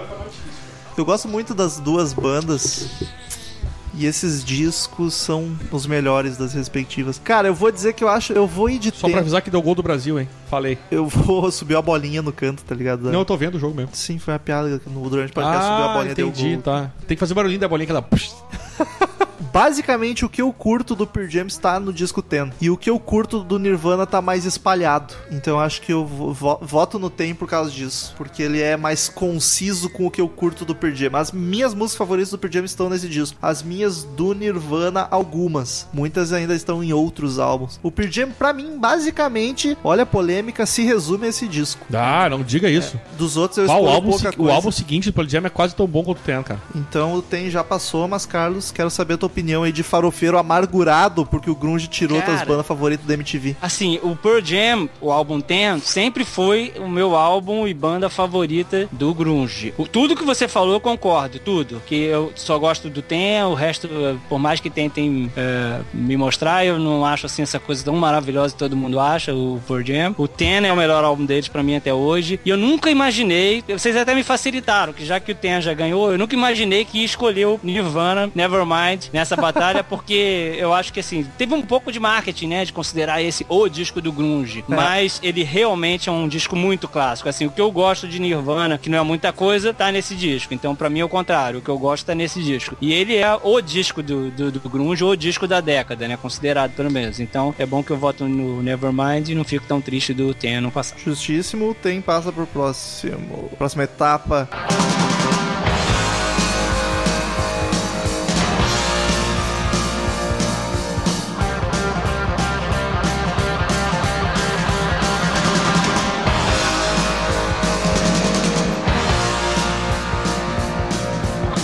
B: Eu gosto muito das duas bandas. E esses discos são os melhores das respectivas. Cara, eu vou dizer que eu acho. Eu vou ir de
C: Só pra
B: Ten.
C: avisar que deu gol do Brasil, hein? Falei.
B: Eu vou subir a bolinha no canto, tá ligado?
C: Não, eu tô vendo o jogo mesmo.
B: Sim, foi uma piada que no durante o podcast subiu a bolinha deu gol.
C: Ah, tá. Tem que fazer o barulhinho da bolinha, aquela.
B: Basicamente, o que eu curto do Pearl Jam está no disco 10. E o que eu curto do Nirvana tá mais espalhado. Então eu acho que eu vo- vo- voto no 10 por causa disso. Porque ele é mais conciso com o que eu curto do Pearl Jam. As minhas músicas favoritas do Pearl Jam estão nesse disco. As minhas do Nirvana, algumas. Muitas ainda estão em outros álbuns. O Pearl Jam, pra mim, basicamente, olha a polêmica, se resume a esse disco.
C: Ah, não diga isso.
B: Dos outros eu
C: Qual o
B: escolho
C: álbum,
B: pouca
C: se- o
B: coisa.
C: álbum seguinte do Pearl Jam é quase tão bom quanto o Ten, cara.
B: Então o Tem já passou, mas Carlos, quero saber a tua opinião aí de farofeiro amargurado porque o Grunge tirou
D: Cara.
B: tuas bandas favoritas da MTV.
D: Assim, o Pearl Jam, o álbum Ten, sempre foi o meu álbum e banda favorita do grunge. O- tudo que você falou, eu concordo, tudo. Que eu só gosto do Ten, o resto, eh, por mais que tentem eh, me mostrar, eu não acho assim essa coisa tão maravilhosa que todo mundo acha, o Pearl Jam. O Ten é o melhor álbum deles pra mim até hoje. E eu nunca imaginei, vocês até me facilitaram, que já que o Ten já ganhou, eu nunca imaginei que ia escolher o Nirvana, Nevermind, nessa batalha, porque eu acho que assim, teve um pouco de marketing, né, de considerar esse o disco do grunge, mas ele realmente é um disco muito clássico, assim, o que eu gosto de Nirvana, que não é muita coisa, tá nesse disco, então pra mim é o contrário, o que eu gosto tá nesse disco, e ele é o disco do, do, do grunge, o disco da década, né, considerado pelo menos, então é bom que eu voto no Nevermind e não fico tão triste do Ten não passar.
B: Justíssimo, o Tem passa pro próximo. Próxima etapa.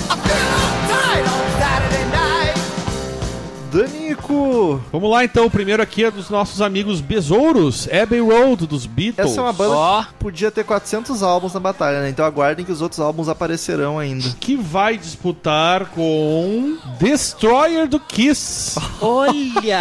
E: I feel all tight on Saturday night.
B: Danico!
C: Vamos lá então, o primeiro aqui é dos nossos amigos Besouros, Abbey Road, dos Beatles.
B: Essa é uma banda
D: Ó.
B: que podia ter 400 álbuns na batalha, né? Então aguardem que os outros álbuns aparecerão ainda.
C: Que vai disputar com Destroyer do Kiss.
D: Olha!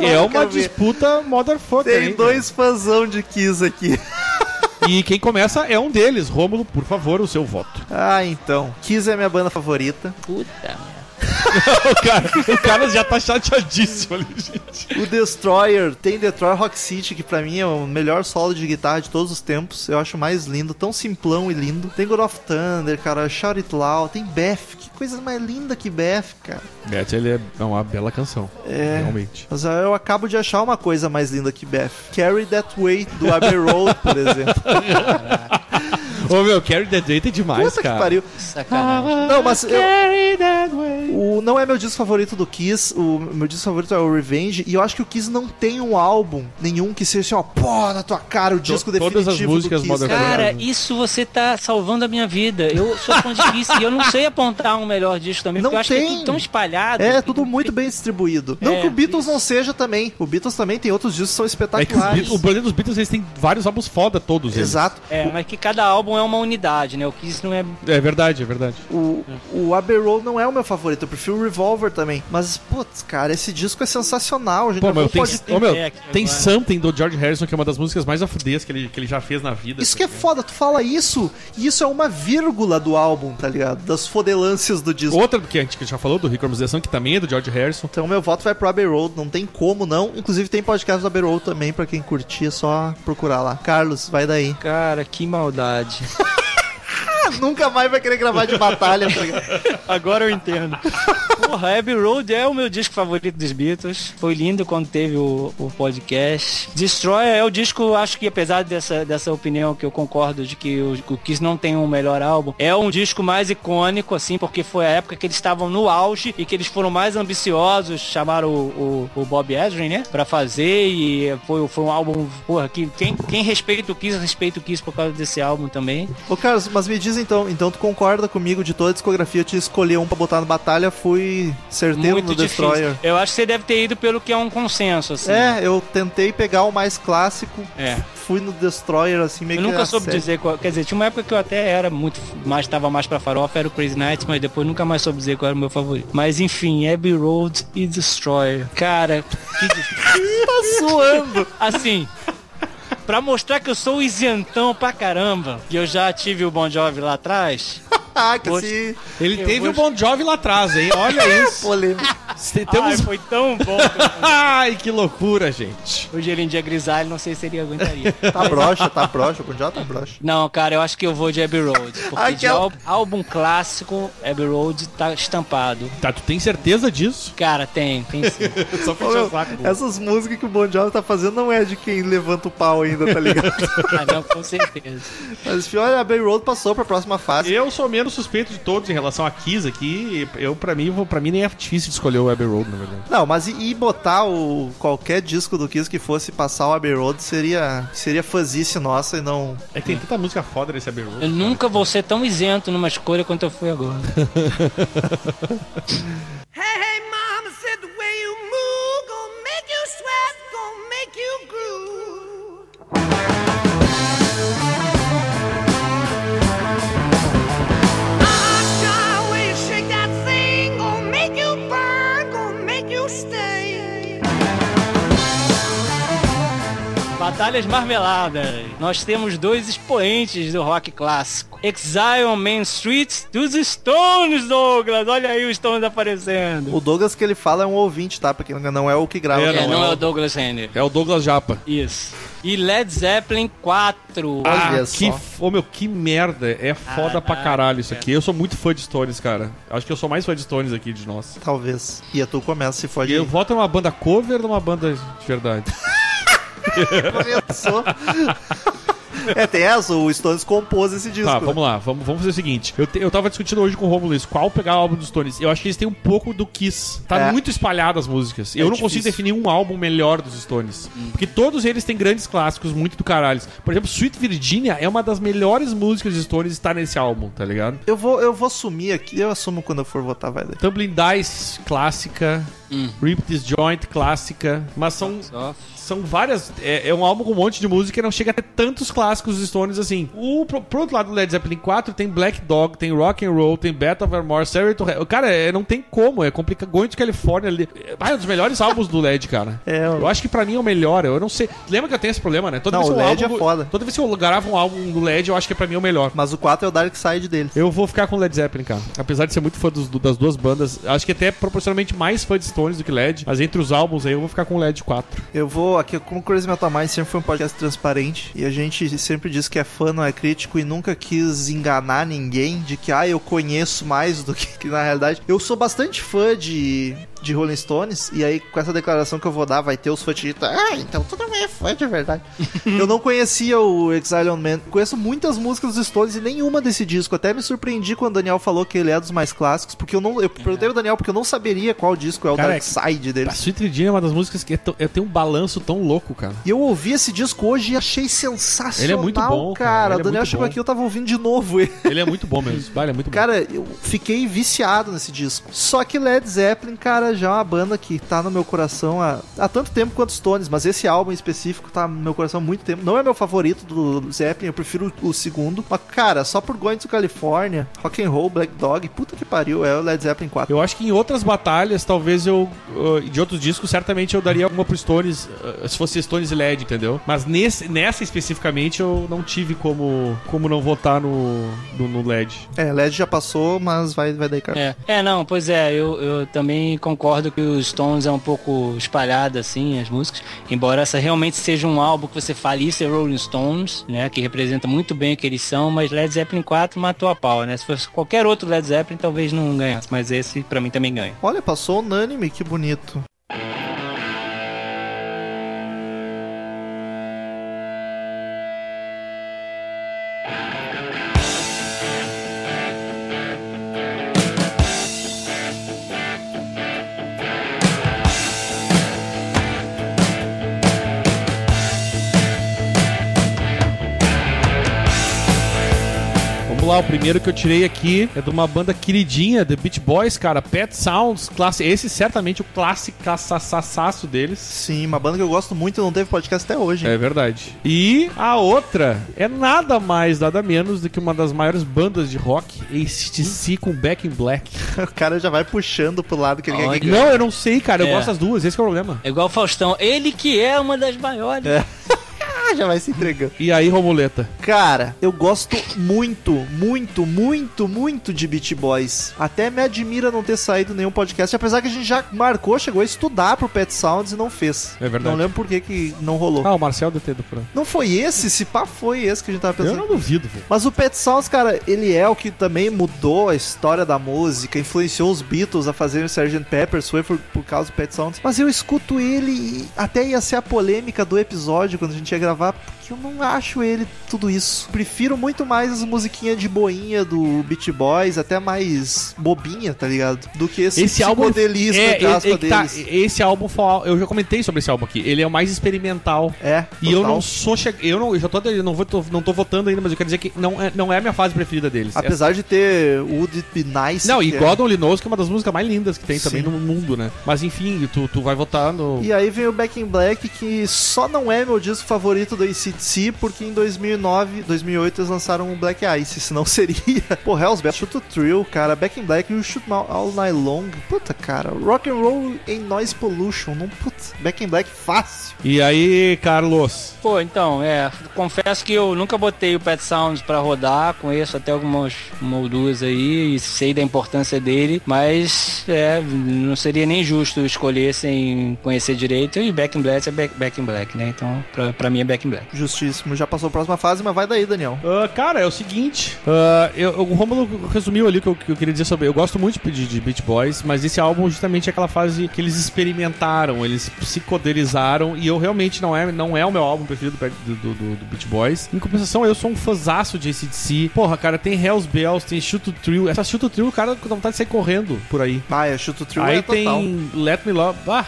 C: é uma
B: Ah, quero ver.
C: disputa motherfucker.
B: Tem
C: hein,
B: dois fãzão de Kiss aqui.
C: cara? E quem começa é um deles. Rômulo, por favor, o seu voto.
B: Ah, então. Kiss é minha banda favorita.
D: Puta.
C: o, cara, o cara já tá chateadíssimo ali, gente.
B: O Destroyer tem Detroit Rock City, que pra mim é o melhor solo de guitarra de todos os tempos. Eu acho mais lindo, tão simplão e lindo. Tem God of Thunder, cara, Shout It Loud, tem Beth. Que coisa mais linda que Beth, cara.
C: Beth, ele é uma bela canção.
B: É.
C: Realmente.
B: Mas eu acabo de achar uma coisa mais linda que Beth. Carry That Way, do Abbey Road, por exemplo.
C: Ô meu, Carry the Date é demais,
B: Puta que
C: cara.
B: pariu.
D: Sacanagem.
B: Não, mas eu,
C: Carry that way.
B: O, não é meu disco favorito do Kiss, o meu disco favorito é o Revenge, e eu acho que o Kiss não tem um álbum nenhum que seja assim, ó, pô, na tua cara, o disco definitivo
C: todas as músicas
B: do Kiss.
C: modernas.
B: cara.
D: Cara, isso você tá salvando a minha vida. Eu sou fã de Kiss e eu não sei apontar um melhor disco também,
B: Não
D: porque eu acho que é
B: tem.
D: tudo tão espalhado.
B: É, tudo muito bem distribuído. não
D: É,
B: que o Beatles
D: isso.
B: não seja também. O Beatles também tem outros discos que são
C: É que os
B: espetaculares.
C: Beatles, o problema dos Beatles, eles têm vários álbuns foda todos eles.
B: Exato.
D: É, mas que cada álbum é é uma unidade, né? O Kiss não é.
C: É verdade, é verdade.
B: O, o Abbey Road não é o meu favorito, eu prefiro o Revolver também. Mas, putz, cara, esse disco é sensacional. A gente
C: Pô, meu,
B: não
C: tem,
B: pode...
C: ô, meu,
D: É, que
C: tem
D: agora-
C: Something do George Harrison, que é uma das músicas mais afudez que ele, que ele já fez na vida.
B: Isso
C: tá
B: que é
C: ligado?
B: foda, tu fala isso, e isso é uma vírgula do álbum, tá ligado? Das fodelâncias do disco.
C: Outra que a gente já falou, do Rick Harmonização, que também é do George Harrison.
B: Então meu voto vai pro Abbey Road, não tem como não. Inclusive tem podcast do Abbey Road também, pra quem curtir, é só procurar lá. Carlos, vai daí.
D: Cara, que maldade.
B: Nunca mais vai querer gravar de batalha. tá ligado?
D: Agora eu entendo. Porra, Abbey Road é o meu disco favorito dos Beatles. Foi lindo quando teve o, o podcast. Destroy é o disco, acho que apesar dessa, dessa opinião que eu concordo de que o, o Kiss não tem um melhor álbum, é um disco mais icônico, assim, porque foi a época que eles estavam no auge e que eles foram mais ambiciosos, chamaram o, o, o Bob Ezrin, né, pra fazer e foi, foi um álbum, porra, que quem, quem respeita o Kiss, respeita o Kiss por causa desse álbum também.
B: Ô Carlos, mas me diz então, então tu concorda comigo de toda a discografia, eu te escolhi um pra botar na batalha, fui certeiro
D: Muito
B: no
D: difícil.
B: Destroyer.
D: Eu acho que você deve ter ido pelo que é um consenso, assim.
B: É, eu tentei pegar o mais clássico,
D: É.
B: fui no Destroyer assim, meio
D: Eu
B: que
D: nunca
B: na
D: soube
B: série.
D: dizer qual. Quer dizer, tinha uma época que eu até era muito. mais Tava mais pra farofa, era o Crazy Nights, mas depois nunca mais soube dizer qual era o meu favorito. Mas enfim, Abbey Road e Destroyer. Cara, que difícil. tá suando. Assim. Pra mostrar que eu sou isentão pra caramba, que eu já tive o Bon Jovi lá atrás.
B: Ah, que
D: Poxa.
B: se...
C: Ele
D: Eu
C: teve
D: vou-
C: o Bon Jovi lá atrás, hein? Olha isso. Se-
D: Ai,
C: Temos...
D: foi tão bom.
C: Ai, que loucura, gente.
D: Hoje ele em dia grisalho, não sei se ele aguentaria.
B: Tá broxa, tá broxa, o já tá broxa.
D: Não, cara, eu acho que eu vou de Abbey Road. Porque de
B: Aquela-
D: ál- álbum clássico, Abbey Road tá estampado.
C: Tá, tu tem certeza disso?
D: Cara, tem, tem sim.
C: Só
B: Ô,
C: puxou
B: meu,
C: o saco. do-
B: essas músicas que o Bon Jovi tá fazendo não é de quem levanta o pau ainda, tá ligado?
D: Ah, não, com certeza.
B: Mas enfim, olha, a Bay Road passou pra próxima fase.
C: Eu sou menos suspeito de todos em relação a Kiss aqui. Eu, pra mim, vou, pra mim nem é difícil de escolher o Abbey Road, na verdade.
B: Não, mas e, e botar o qualquer disco do Kiss que fosse passar o Abbey Road seria seria fanzice nossa e não.
C: É que tem tanta música foda nesse Abbey Road.
D: Eu nunca vou ser tão isento numa escolha quanto eu fui agora.
A: Hey, hey, mama said the way you move gonna make you sweat, gonna make you groove. Ah, God, the way you shake that thing, gonna make you burn, gonna make you stay.
D: Batalhas Marmeladas. Nós temos dois expoentes do rock clássico. Exile on Main Street dos Stones, Douglas. Olha aí os Stones aparecendo.
B: O Douglas que ele fala é um ouvinte, tá? Porque não é o que grava.
C: É,
D: É,
C: não,
D: não
C: é
D: é
C: o-
D: o Douglas Henry.
C: É o Douglas Japa.
D: Isso. E Led Zeppelin 4.
C: Ah,
B: Olha
C: que,
B: só.
C: f- ô, meu, que merda. É foda pra caralho isso aqui. Eu sou muito fã de Stones, cara. Acho que eu sou mais fã de Stones aqui de nós.
B: Talvez. E a tu começa se
C: E
B: fode.
C: é. eu voto numa banda cover ou numa banda de verdade?
B: Começou. é, tem essa, o Stones compôs esse disco.
C: Tá, vamos lá, vamos, vamos fazer o seguinte. Eu, te- eu tava discutindo hoje com o Romulo isso, qual pegar o álbum dos Stones. Eu acho que eles têm um pouco do Kiss. Tá
B: É.
C: muito espalhado as músicas. eu não consigo definir um álbum melhor dos Stones.
B: Hum.
C: Porque todos eles têm grandes clássicos, muito do caralho. Por exemplo, Sweet Virginia é uma das melhores músicas de Stones estar nesse álbum, tá ligado?
B: Eu vou, eu vou sumir aqui, eu assumo quando eu for votar, vai daí.
C: Tumbling Dice, clássica. Rip This Joint, clássica. Mas são,
D: Só
C: são várias. É, é um álbum com um monte de música e não chega a ter tantos clássicos dos Stones assim. O, pro, pro outro lado do Led Zeppelin 4 tem Black Dog, tem Rock and Roll, tem Battle of Armor, Sarah to Hell. Cara, é, não tem como. É complicado. Going to California. ali- é- Ah, é um dos melhores álbuns do Led, cara.
B: É, eu-
C: eu acho que pra mim é o melhor. Eu não sei. Lembra que eu tenho esse problema, né? Toda
B: Não,
C: vez que
B: o Led
C: álbum
B: é
C: do-
B: foda.
C: Toda vez que eu gravo um álbum do Led, eu acho que pra mim é o melhor.
B: Mas o 4 é o Dark Side dele.
C: Eu vou ficar com Led Zeppelin, cara. Apesar de ser muito fã dos- do- das duas bandas, acho que até é proporcionalmente mais fã de Stones do que Led. Mas entre os álbuns aí, eu vou ficar com Led 4.
B: Eu vou aqui, como o Crazy Metal Mind sempre foi um podcast transparente e a gente sempre diz que é fã, não é crítico e nunca quis enganar ninguém de que, ah, eu conheço mais do que, que na realidade. Eu sou bastante fã de, de Rolling Stones e aí com essa declaração que eu vou dar vai ter os fãs de, ah, então tu não é fã de verdade. eu não conhecia o Exile on Man, conheço muitas músicas dos Stones e nenhuma desse disco. Até me surpreendi quando o Daniel falou que ele é dos mais clássicos, porque eu não, eu perguntei ao Daniel porque eu não saberia qual disco é o
C: Cara,
B: Dark
C: é-
B: Side
C: A
B: dele.
C: Sweet Virginia é uma das músicas que é tão- é- tem um balanço tão louco, cara.
B: E eu ouvi esse disco hoje e achei sensacional.
C: Ele é muito bom, cara.
B: cara. O
C: Ele é
B: Daniel
C: muito
B: chegou
C: bom.
B: aqui eu tava ouvindo de novo ele.
C: Ele é muito bom mesmo. Vale, é muito bom.
B: Cara, eu fiquei viciado nesse disco. Só que Led Zeppelin, cara, já, já é uma banda que tá no meu coração há, há tanto tempo quanto os Stones, mas esse álbum em específico tá no meu coração há muito tempo. Não é meu favorito do Zeppelin, eu prefiro o, o segundo. Mas, cara, só por Going to California, Rock and Roll, Black Dog, puta que pariu, é o Led Zeppelin 4.
C: Eu acho que em outras batalhas, talvez eu. uh, de outros discos, certamente eu daria alguma pro Stones, uh, se fosse Stones e LED, entendeu? Mas nesse, nessa especificamente eu não tive como, como não votar no, no, no LED.
B: É, Led já passou, mas vai, vai daí, cara.
D: É. é, não, pois é, eu, eu também concordo que os Stones é um pouco espalhado, assim, as músicas. Embora essa realmente seja um álbum que você fale, isso é Rolling Stones, né? Que representa muito bem o que eles são, mas Led Zeppelin 4 matou a pau, né? Se fosse qualquer outro Led Zeppelin, talvez não ganhasse, mas esse pra mim também ganha.
B: Olha, passou unânime, que bonito.
C: Vamos lá, o primeiro que eu tirei aqui é de uma banda queridinha, The Beach Boys, cara. Pet Sounds, classe. Esse certamente o clássico caçaçaço deles.
B: Sim, uma banda que eu gosto muito e não teve podcast até hoje. hein?
C: É verdade. E a outra é nada mais, nada menos do que uma das maiores bandas de rock, ACDC com Back in Black.
B: O cara já vai puxando pro lado que ele quer que ganhe.
C: Não, eu não sei, cara. Eu
D: É.
C: gosto das duas, esse que é o problema.
D: É igual o Faustão, ele que é uma das maiores.
B: Ah, já vai se entregando.
C: E aí, Romuleta?
B: Cara, eu gosto muito, muito, muito, muito de Beat Boys. Até me admira não ter saído nenhum podcast, apesar que a gente já marcou, chegou a estudar pro Pet Sounds e não fez.
C: É verdade.
B: Não lembro por que, que não rolou.
C: Ah, o Marcel deve ter ido pra...
B: Não foi esse, se pá foi esse que a gente tava
C: Eu
B: pensando.
C: não duvido, velho.
B: Mas o Pet Sounds, cara, ele é o que também mudou a história da música, influenciou os Beatles a fazerem Sgt. Pepper, foi por, por causa do Pet Sounds. Mas eu escuto ele e até ia ser a polêmica do episódio quando a gente ia gravar, porque eu não acho ele tudo isso. Prefiro muito mais as musiquinhas de boinha do Beat Boys, até mais bobinha, tá ligado? Do que esse,
C: Esse álbum
B: psicodelismo,
C: é,
B: entre
C: é-
B: aspas,
C: é que tá,
B: deles.
C: esse álbum foi, eu já comentei sobre esse álbum aqui. Ele é o mais experimental.
B: É,
C: E eu
B: total.
C: não sou che... eu não, eu já tô, eu não vou tô- não tô votando ainda, mas eu quero dizer que não é, não é a minha fase preferida deles. É-
B: Apesar de ter Would It Be Nice...
C: Não, e
B: que é-
C: God Only Knows, que é uma das músicas mais lindas que tem também
B: Sim.
C: no mundo, né? Mas enfim, tu, tu vai votar no.
B: E aí vem o Back in Black, que só não é meu disco favorito do ACDC, porque em 2009, 2008 eles lançaram o Black Ice, senão seria... Pô, Hell's Bell, Shoot the Thrill, cara, Back in Black e o Shoot Mal- All Night Long, puta, cara, Rock and Roll em Noise Pollution, não, puta, Back in Black fácil.
C: E aí, Carlos?
D: Pô, então, é, confesso que eu nunca botei o Pet Sounds pra rodar, conheço até algumas uma ou duas aí e sei da importância dele, mas é, não seria nem justo escolher sem conhecer direito e Back in Black é Back, Back in Black, né? Então, pra, pra mim é Back in Black.
B: Justíssimo, já passou a próxima fase, mas vai daí, Daniel.
C: Ah, cara, é o seguinte. ah, eu- o Romulo resumiu ali o que eu, que eu queria dizer sobre. Eu gosto muito de, de Beat Boys, mas esse álbum justamente é aquela fase que eles experimentaram, eles psicodelizaram. E eu realmente não é, não é o meu álbum preferido do, do, do- do Beat Boys. Em compensação, eu sou um fãzaço de ACDC. Porra, cara, tem Hells Bells, tem Shoot to Thrill. Essa Shoot to Thrill, o cara dá vontade de sair correndo por aí.
B: Ah, é Shoot the Thrill
C: Aí
B: é
C: tem
B: total.
C: Let Me Love. Ah,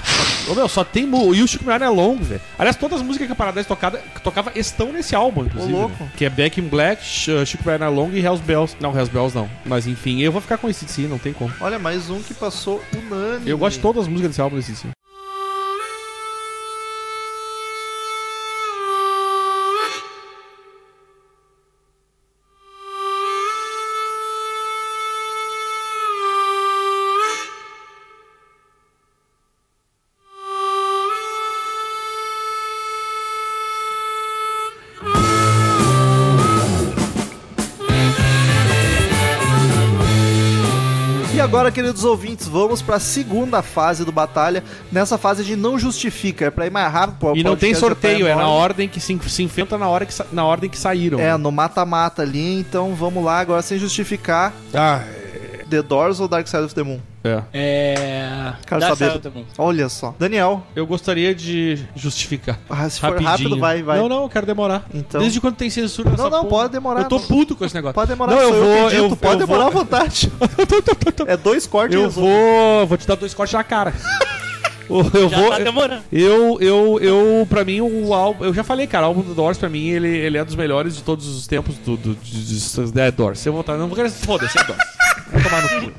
C: ô meu, só tem. mu- E o Chico Miranda é longo, velho. Aliás, todas as músicas que a Paradise tocada, que tocava estão nesse álbum, inclusive.
B: louco.
C: né? Que é Back in Black, Ch- uh, Chico Miranda é longo e Hells Bells. Não, Hells Bells não. Mas enfim, eu vou ficar com esse sim, não tem como.
B: Olha, mais um que passou unânime.
C: Eu gosto de todas as músicas desse álbum desse sim.
B: E agora, queridos ouvintes, vamos pra segunda fase do Batalha. Nessa fase a gente não justifica, é pra ir mais rápido. pô,
C: E
B: o
C: não tem
B: podcast já tá
C: sorteio, é na
B: enorme.
C: ordem que se, se enfrenta na, hora que sa- na ordem que saíram.
B: É, no mata-mata ali, então vamos lá agora sem justificar
C: Ah,
B: The Doors ou Dark Side of the Moon.
C: é.
D: É.
B: Quero
D: Dark
B: saber.
D: Side of the Moon.
B: Olha só. Daniel,
C: Eu gostaria de justificar.
B: ah, se for rápido, vai, vai.
C: Não, não, eu quero demorar.
B: Então-
C: Desde quando tem censura nessa
B: Não, não,
C: porra?
B: pode demorar,
C: Eu tô
B: não.
C: puto com esse negócio.
B: Pode demorar,
C: não, eu
B: sou
C: vou,
B: que edito,
C: eu,
B: pode
C: eu
B: demorar
C: vou,
B: à vontade. É dois cortes
C: Eu
B: e resumo.
C: vou, vou te dar dois cortes na cara. Eu
D: Já
C: vou.
D: tá demorando.
C: eu, eu, eu, pra mim, o álbum. Eu já falei, cara, o álbum do Doors, pra mim, ele, ele é dos melhores de todos os tempos do, do, de- de- de- é, Doors. Eu vou, tá, não vou querer. Foda-se, é Doors. Vai tomar no cu.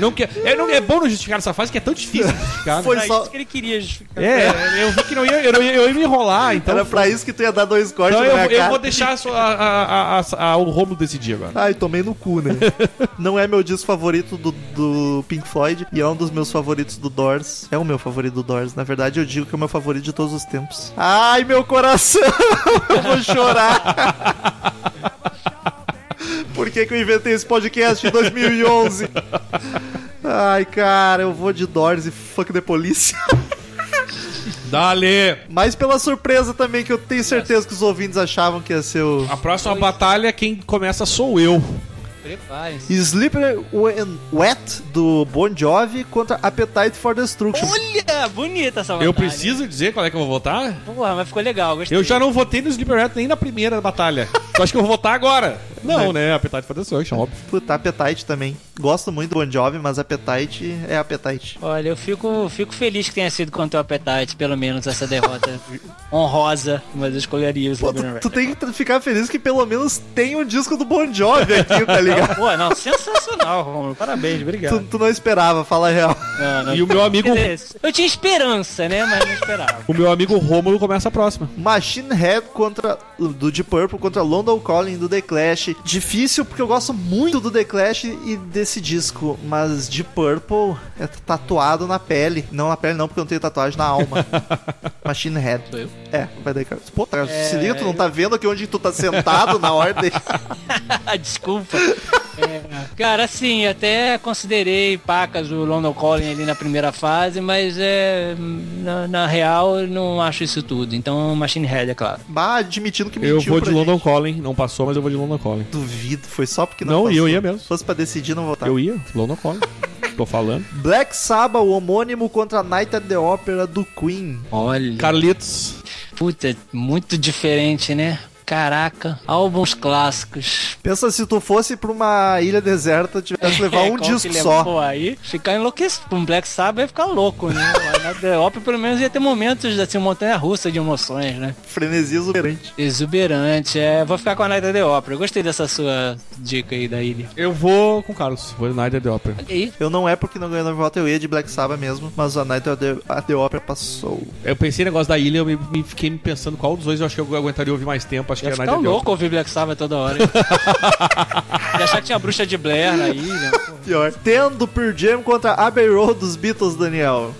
C: Não, quer- é, não- é bom não justificar essa fase que é tão difícil justificar. né?
B: Foi
D: Era
B: só-
D: isso que ele queria justificar.
C: É, eu vi que não ia, eu, não ia- eu ia me enrolar, então.
B: Era pra isso que tu ia dar dois cortes
C: Então
B: na
C: eu,
B: minha
C: eu
B: cara.
C: vou deixar a sua- a- a- a- a- o Romulo decidir agora.
B: Ai, tomei no cu, né? Não é meu disco favorito do, do Pink Floyd e é um dos meus favoritos do Doors. É o meu favorito do Doors. Na verdade, eu digo que é o meu favorito de todos os tempos. Ai, meu coração! Eu vou chorar! Por que, que eu inventei esse podcast em 2011? Ai, cara, eu vou de Doors e fuck the police.
C: Dale!
B: Mas pela surpresa também, que eu tenho certeza que os ouvintes achavam que ia ser o.
C: A próxima batalha, quem começa sou eu.
D: Preparem-se.
B: Sleeper When Wet do Bon Jovi contra Appetite for Destruction.
D: Olha, bonita essa batalha.
C: Eu preciso dizer qual é que eu vou votar?
D: Porra, mas ficou legal, gostei.
C: Eu já não votei no Sleeper Rat nem na primeira batalha. Eu acho que eu vou votar agora. Não, né? Appetite for Destruction, óbvio.
B: Puta, Appetite também. Gosto muito do Bon Jovi, mas Appetite é Appetite.
D: Olha, eu fico, fico feliz que tenha sido contra o Appetite, pelo menos essa derrota honrosa, mas eu escolheria o
B: Pô,
D: Slipknot.
B: tu, tu tem que ficar feliz que pelo menos tem um disco do Bon Jovi aqui, tá ligado?
D: Pô, não, sensacional, Romulo. Parabéns,
B: Tu,
D: obrigado.
B: tu não esperava, fala a real.
D: Não, não.
C: E o meu amigo,
D: Quer dizer, Eu tinha esperança, né? Mas não esperava.
C: o meu amigo Rômulo começa a próxima.
B: Machine Head contra do Deep Purple contra London Calling do The Clash. Difícil porque eu gosto muito do The Clash e desse disco, mas Deep Purple é tatuado na pele. Não na pele não, porque eu não tenho tatuagem na alma. Machine Head.
D: Sou eu?
B: É, vai daí, cara. Pô, tá, se liga,
C: É.
B: tu não tá vendo aqui onde tu tá sentado na ordem.
D: Ah, Desculpa. É, cara, assim, até considerei pacas o London Calling ali na primeira fase, mas é, na, na real eu não acho isso tudo. Então, Machine Head, é claro.
B: Bah, admitindo que mentiu
C: Eu vou de
B: pra gente.
C: London Calling. Não passou, mas eu vou de London Calling.
B: Duvido, foi só porque
C: Não, e eu
B: passou.
C: ia mesmo.
B: Se fosse pra decidir, não votar.
C: Eu ia, London Calling. Tô falando.
B: Black Sabbath, o homônimo contra Night at the Opera do Queen.
D: Olha.
C: Carlitos.
D: Puta, é muito diferente, né? Caraca, álbuns clássicos.
B: Pensa se tu fosse pra uma ilha deserta, tivesse que levar um
D: Como É, que
B: disco
D: levou
B: só.
D: Aí, ficar enlouquecido. Um Black Sabbath ia ficar louco, né? Na The Opera, pelo menos, ia ter momentos assim, montanha russa de emoções, né?
B: Frenesi é exuberante.
D: Exuberante, é. Vou ficar com a Night at the Opera. Eu gostei dessa sua dica aí da ilha.
C: Eu vou com o Carlos. Vou de Night at the Opera.
D: E
B: Eu não é porque não ganhei no voto, eu ia de Black Sabbath mesmo, mas a Night at the, at the Opera passou.
C: Eu pensei no negócio da ilha, eu me, me fiquei me pensando qual dos dois eu acho que eu aguentaria ouvir mais tempo. Acho que
D: ia
C: é
D: ficar
C: Night at the
D: louco
C: Opera.
D: ouvir Black Sabbath toda hora. ia achar que tinha bruxa de Blair na ilha.
B: Pior. Tendo Pearl Jam contra Abbey Road dos Beatles, Daniel.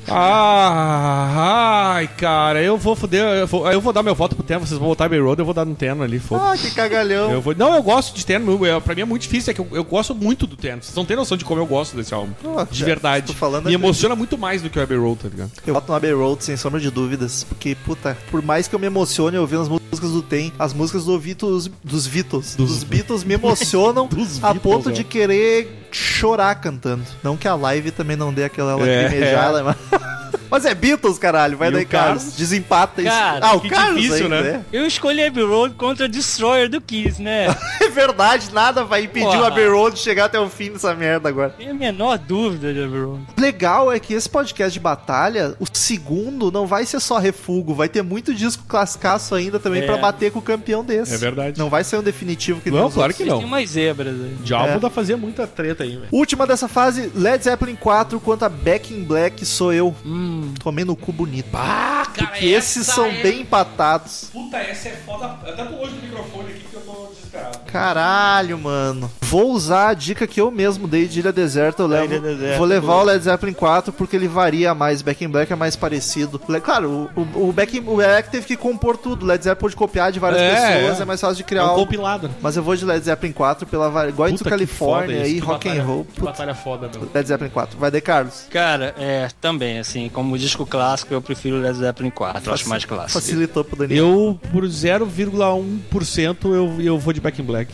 C: Ah, ai, cara, eu vou foder. Eu vou, eu vou dar meu voto pro Terno, vocês vão votar Bay Road, eu vou dar no Terno ali, foda
B: Ah, que cagalhão.
C: Eu vou... Não, eu gosto de terno. Eu, pra mim é muito difícil. É que eu, eu gosto muito do terno. Vocês não têm noção de como eu gosto desse álbum.
B: Ah,
C: de
B: cara,
C: verdade.
B: tô falando é
C: Me
B: acredito.
C: emociona muito mais do que o Abbey Road, tá ligado?
B: Eu voto no Abbey Road, sem sombra de dúvidas. Porque, puta, por mais que eu me emocione ouvindo as músicas do Tem, as músicas do Beatles, dos Beatles, dos, Beatles me emocionam
C: Dos
B: a
C: Beatles,
B: ponto
C: é.
B: de querer chorar cantando. Não que a live também não dê aquela
C: É.
B: lacrimejada, mas... Mas é Beatles, caralho. Vai
C: E
B: daí,
C: o Carlos?
B: Carlos. Desempata isso.
D: Cara,
B: ah, o
C: que
B: Carlos
C: difícil,
B: ainda,
C: né?
D: Eu escolhi Abbey Road contra Destroyer do Kiss, né?
B: É. É verdade, nada vai impedir o
D: Porra.
B: Abbey Road de chegar até o fim dessa merda agora.
D: Tem a menor dúvida de Abbey Road.
B: legal é que esse podcast de batalha, o segundo, não vai ser só refugo, vai ter muito disco classicaço ainda também
D: É.
B: pra bater com o campeão desse.
C: É verdade.
B: Não vai ser um definitivo que nem
C: Não,
B: os
C: claro que
D: Vocês têm
C: não.
D: umas zebras aí.
C: Diabo
B: É.
C: dá fazer muita treta aí, velho.
B: outros. Última dessa fase, Led Zeppelin 4 contra Back in Black, sou eu.
D: Hum,
B: Tomei no cu bonito.
C: Ah,
B: Porque esses são bem empatados.
C: Puta, essa é foda. Até tô longe do microfone aqui que eu tô desesperado.
B: Caralho, mano. Vou usar a dica que eu mesmo dei de Ilha Deserta. Eu levo,
D: Ilha Deserta,
B: vou levar o Led Zeppelin 4 porque ele varia mais. Back in Black é mais parecido. Le- Claro, o, o, o Back in o Black teve que compor tudo. O Led Zeppelin pode copiar de várias
C: É,
B: pessoas,
C: é.
B: é. mais fácil de
C: É
B: criar
C: um
B: algo.
C: compilado.
B: Mas eu vou de Led Zeppelin 4 pela vari- Going to
C: Puta, que foda
B: California
C: isso,
B: e
C: que
B: Rock
C: batalha-
B: and Roll.
C: Que batalha foda, meu.
B: Led Zeppelin 4. Vai de Carlos.
D: Cara, é, também, assim, como disco clássico, eu prefiro Led Zeppelin 4, acho mais clássico.
B: Facilitou pro Daniel.
C: Eu, por 0,1%, eu, eu vou de Back in Black.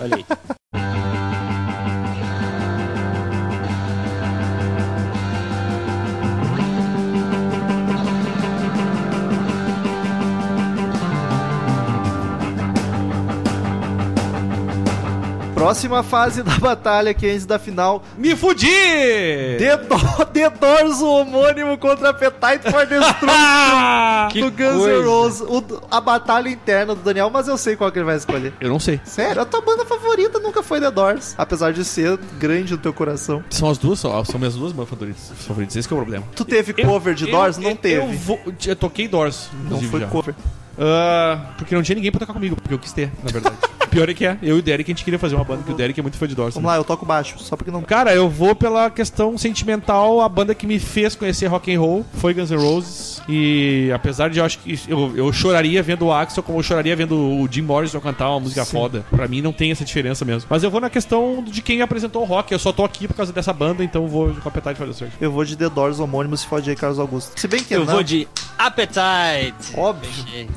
D: Olha aí.
B: Próxima fase da batalha, que é antes da final.
C: Me fudi!
B: The, Do The Doors, o homônimo contra Appetite for Destruction
C: Ah!
B: do Guns N' Roses. O- a batalha interna do Daniel, mas eu sei qual que ele vai escolher.
C: Eu não sei.
B: Sério, a tua banda favorita nunca foi The Doors, apesar de ser grande no teu coração.
C: São as duas, são são minhas duas bandas favoritas. favoritas. Esse que é o problema.
B: Tu teve cover de
C: Eu-
B: Doors? não
C: eu-
B: teve.
C: Eu, vou- eu toquei Doors.
B: não
C: inclusive,
B: foi
C: já.
B: cover.
C: Ah, porque não tinha ninguém pra tocar comigo, porque eu quis ter, na verdade. Pior é que é. Eu e o Derek, a gente queria fazer uma banda, porque o Derek é muito fã de Doors.
B: Vamos lá, eu toco baixo, só porque não.
C: Cara, eu vou pela questão sentimental. A banda que me fez conhecer rock and roll foi Guns N' Roses. E apesar de eu acho que eu, eu choraria vendo o Axel como eu choraria vendo o Jim Morrison cantar uma música foda. Pra mim não tem essa diferença mesmo. Mas eu vou na questão de quem apresentou o rock. Eu só tô aqui por causa dessa banda, então eu vou com a Petar de fazer sorte.
B: Eu vou de The Doors homônimo se fode aí, Carlos Augusto. Se bem que
D: Eu
B: não.
D: vou de Appetite.
B: Óbvio,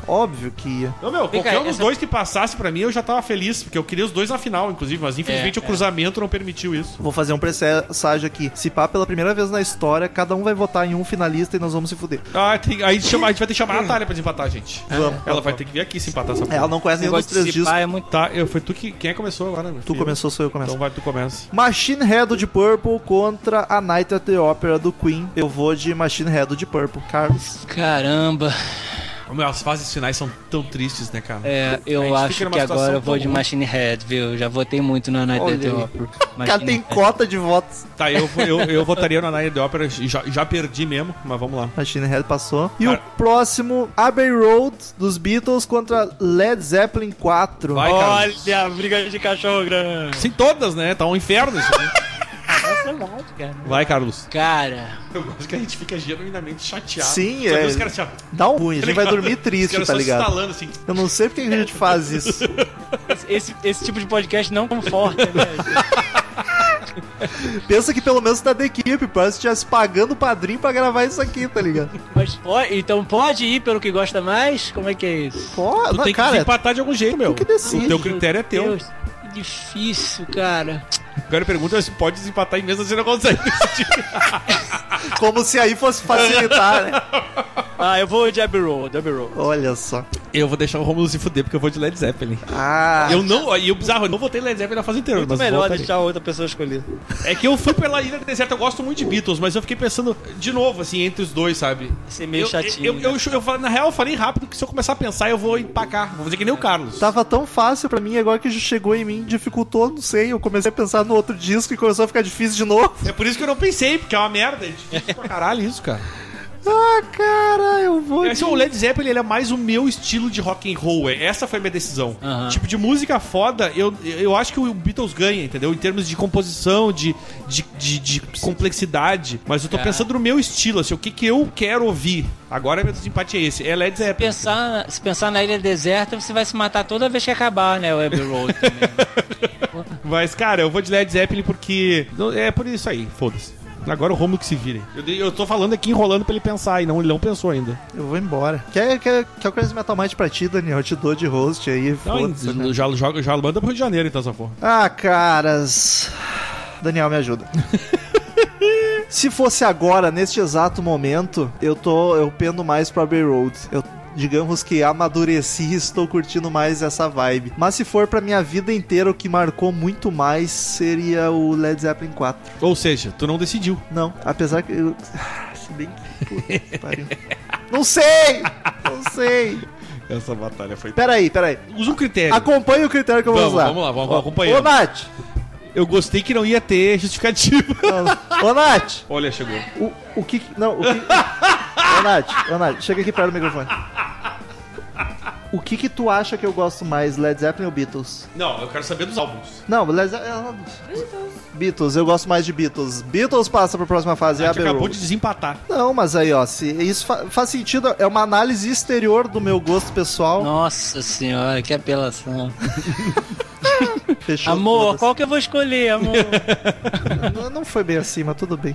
B: óbvio que ia.
C: Não, meu,
D: Vem
C: qualquer
D: cá,
C: um dos
D: essa-
C: dois que passasse pra mim eu já tava feliz, porque eu queria os dois na final, inclusive, mas infelizmente
D: É,
C: o
D: é.
C: cruzamento não permitiu isso.
B: Vou fazer um presságio aqui. Se pá, pela primeira vez na história, cada um vai votar em um finalista e nós vamos se fuder.
C: Ah, tem- aí chama- a gente vai ter que chamar a Natália pra desempatar, gente.
B: Hum. É. Vamos.
C: Ela vai ter que vir aqui se empatar essa
B: É, Ela não conhece
D: Esse
B: nenhum dos
D: negócio
B: três
D: de se
B: discos.
D: pá é muito...
C: Tá, eu, foi tu que. Quem é que começou agora? meu
B: Tu
C: filho?
B: começou, sou eu começo.
C: Então vai, tu começa.
B: Machine Head do Deep Purple contra A Night at the Opera do Queen. Eu vou de Machine Head do Deep Purple. Carlos.
D: Caramba.
C: Meu, as fases finais são tão tristes, né, cara?
D: É,
C: A gente
D: eu
C: fica
D: acho
C: numa
D: que
C: situação
D: agora eu vou
C: tão
D: de
C: ruim.
D: Machine Head, viu? Já votei muito na Night
B: Olha
D: at the
B: aí.
D: Opera.
B: O cara
D: Machine
B: tem
D: Head.
B: cota de votos.
C: Tá, eu, vou- eu, eu votaria na Night at the Opera, já, já perdi mesmo, mas vamos lá.
B: Machine Head passou. E
C: Cara.
B: o próximo, Abbey Road dos Beatles contra Led Zeppelin 4.
C: Vai, cara.
D: Olha a briga de cachorro grande.
C: Sim, todas, né? Tá um inferno isso. Né?
D: cara.
C: Vai, Carlos.
D: Cara,
C: Eu gosto que a gente fica genuinamente chateado.
B: Sim,
C: Só que
B: é.
C: Os caras chateados.
B: Dá um ruim, a gente vai dormir triste, tá ligado?
C: Instalando, assim.
B: Eu não sei porque a gente faz isso.
D: esse, esse tipo de podcast não conforta, né?
B: Pensa que pelo menos tá da equipe, parece que tivesse pagando o padrinho pra gravar isso aqui, tá ligado?
D: Mas, ó, então pode ir pelo que gosta mais? Como é que é isso?
B: Pô,
C: Tu
B: não,
C: tem que
B: cara,
C: desempatar de algum jeito, meu.
B: tu que decide.
C: O teu critério é teu.
D: Meu Deus, que difícil, cara.
C: Agora pergunta é se pode desempatar em mesa, você não consegue decidir.
B: como se aí fosse facilitar, né?
D: Ah, eu vou de Abbey Road, Abbey Road.
B: Olha só.
C: Eu vou deixar o Romulo se fuder, porque eu vou de Led Zeppelin.
B: Ah,
C: Eu não, e o bizarro, eu não votei Led Zeppelin na fase inteira,
D: Muito
C: mas
D: melhor né,
C: votaria.
D: deixar outra pessoa escolher.
C: É que eu fui pela Ilha do Deserto, eu gosto muito de Beatles, mas eu fiquei pensando de novo, assim, entre os dois, sabe?
D: Ser meio
C: eu,
D: chatinho. né?
C: Eu, eu, eu, falei- na real, eu falei rápido que se eu começar a pensar, eu vou empacar. Vou fazer que nem o Carlos.
D: Tá.
B: tava tão fácil pra mim, agora que chegou em mim, dificultou, não sei. Eu comecei a pensar no outro disco e começou a ficar difícil de novo.
C: É por isso que eu não pensei, porque é uma merda. É difícil pra caralho isso, cara.
B: Ah, cara, eu vou.
C: É, assim, o Led Zeppelin ele é mais o meu estilo de rock and roll. é. Essa foi a minha decisão.
D: Aham.
C: Tipo, de música foda, eu, eu acho que o Beatles ganha, entendeu? Em termos de composição, de, de, de, de complexidade. Mas eu
B: É.
C: tô pensando no meu estilo, assim, o que, que eu quero ouvir. Agora meu desempate é esse. É Led Zeppelin.
D: Pensar, se pensar na ilha deserta, você vai se matar toda vez que acabar, né, o Abbey Road também.
C: Mas, cara, eu vou de Led Zeppelin porque. não- É por isso aí, foda-se. Agora o Romulo que se vire. Eu, dei- eu tô falando aqui enrolando pra ele pensar, e não, ele não pensou ainda.
B: Eu vou embora. Quer, quer, quer o Crazy Metal Mind pra ti, Daniel? Eu te dou de host aí.
C: Não,
B: foda-se, né?
C: já, já, já manda pro Rio de Janeiro, então, essa porra.
B: Ah, caras. Daniel, me ajuda. Se fosse agora, neste exato momento, eu tô. Eu pendo mais pra Bay Road. Eu. Digamos que amadureci e estou curtindo mais essa vibe. Mas se for pra minha vida inteira, o que marcou muito mais seria o Led Zeppelin 4.
C: Ou seja, tu não decidiu.
B: Não, apesar que. Eu... Se bem que. Puta que pariu. Não sei! Não sei!
C: Essa batalha foi.
B: Peraí, peraí.
C: Usa um critério.
B: Acompanhe o critério que eu vou
C: Vamos,
B: usar.
C: vamos lá, vamos-
B: Ó,
C: acompanhando.
B: Ô, Nath!
C: Eu gostei que não ia ter justificativa.
B: Ô, Nath!
C: Olha, chegou.
B: O, o que. que- Não, o que. ô, Nath, ô, Nath, chega aqui perto do microfone. O que que tu acha que eu gosto mais, Led Zeppelin ou Beatles?
C: Não, eu quero saber dos álbuns.
B: Não, Led Zeppelin. é, Beatles, eu gosto mais de Beatles. Beatles passa pra próxima fase,
C: A
B: é
C: gente
B: Abbey
C: acabou
B: Road.
C: de desempatar.
B: Não, mas aí, ó, se isso fa- faz sentido, é uma análise exterior do meu gosto pessoal.
D: Nossa senhora, que apelação.
B: Fechou
D: Amor,
B: todas.
D: qual que eu vou escolher, amor?
B: Não- Não foi bem assim, mas tudo bem.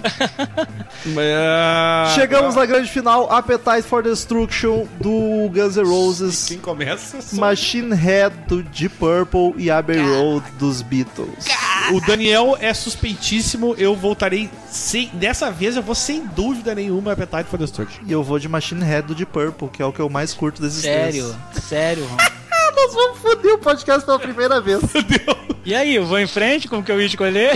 C: Mas...
B: Chegamos na grande final, Appetite for Destruction do Guns N' Roses.
C: Quem começa? sou-
B: Machine Head do Deep Purple e Abbey Road dos Beatles.
C: O Daniel é suspeitíssimo. Eu voltarei sem. Dessa vez eu vou sem dúvida nenhuma Appetite for Destruction.
B: E eu vou de Machine Head do Deep Purple, que é o que eu mais curto desses
D: Sério,
B: três.
D: sério, Ron.
B: Ah, não nós vamos foder o podcast pela primeira vez.
D: E aí, eu vou em frente com o que eu ia escolher?
B: Vai,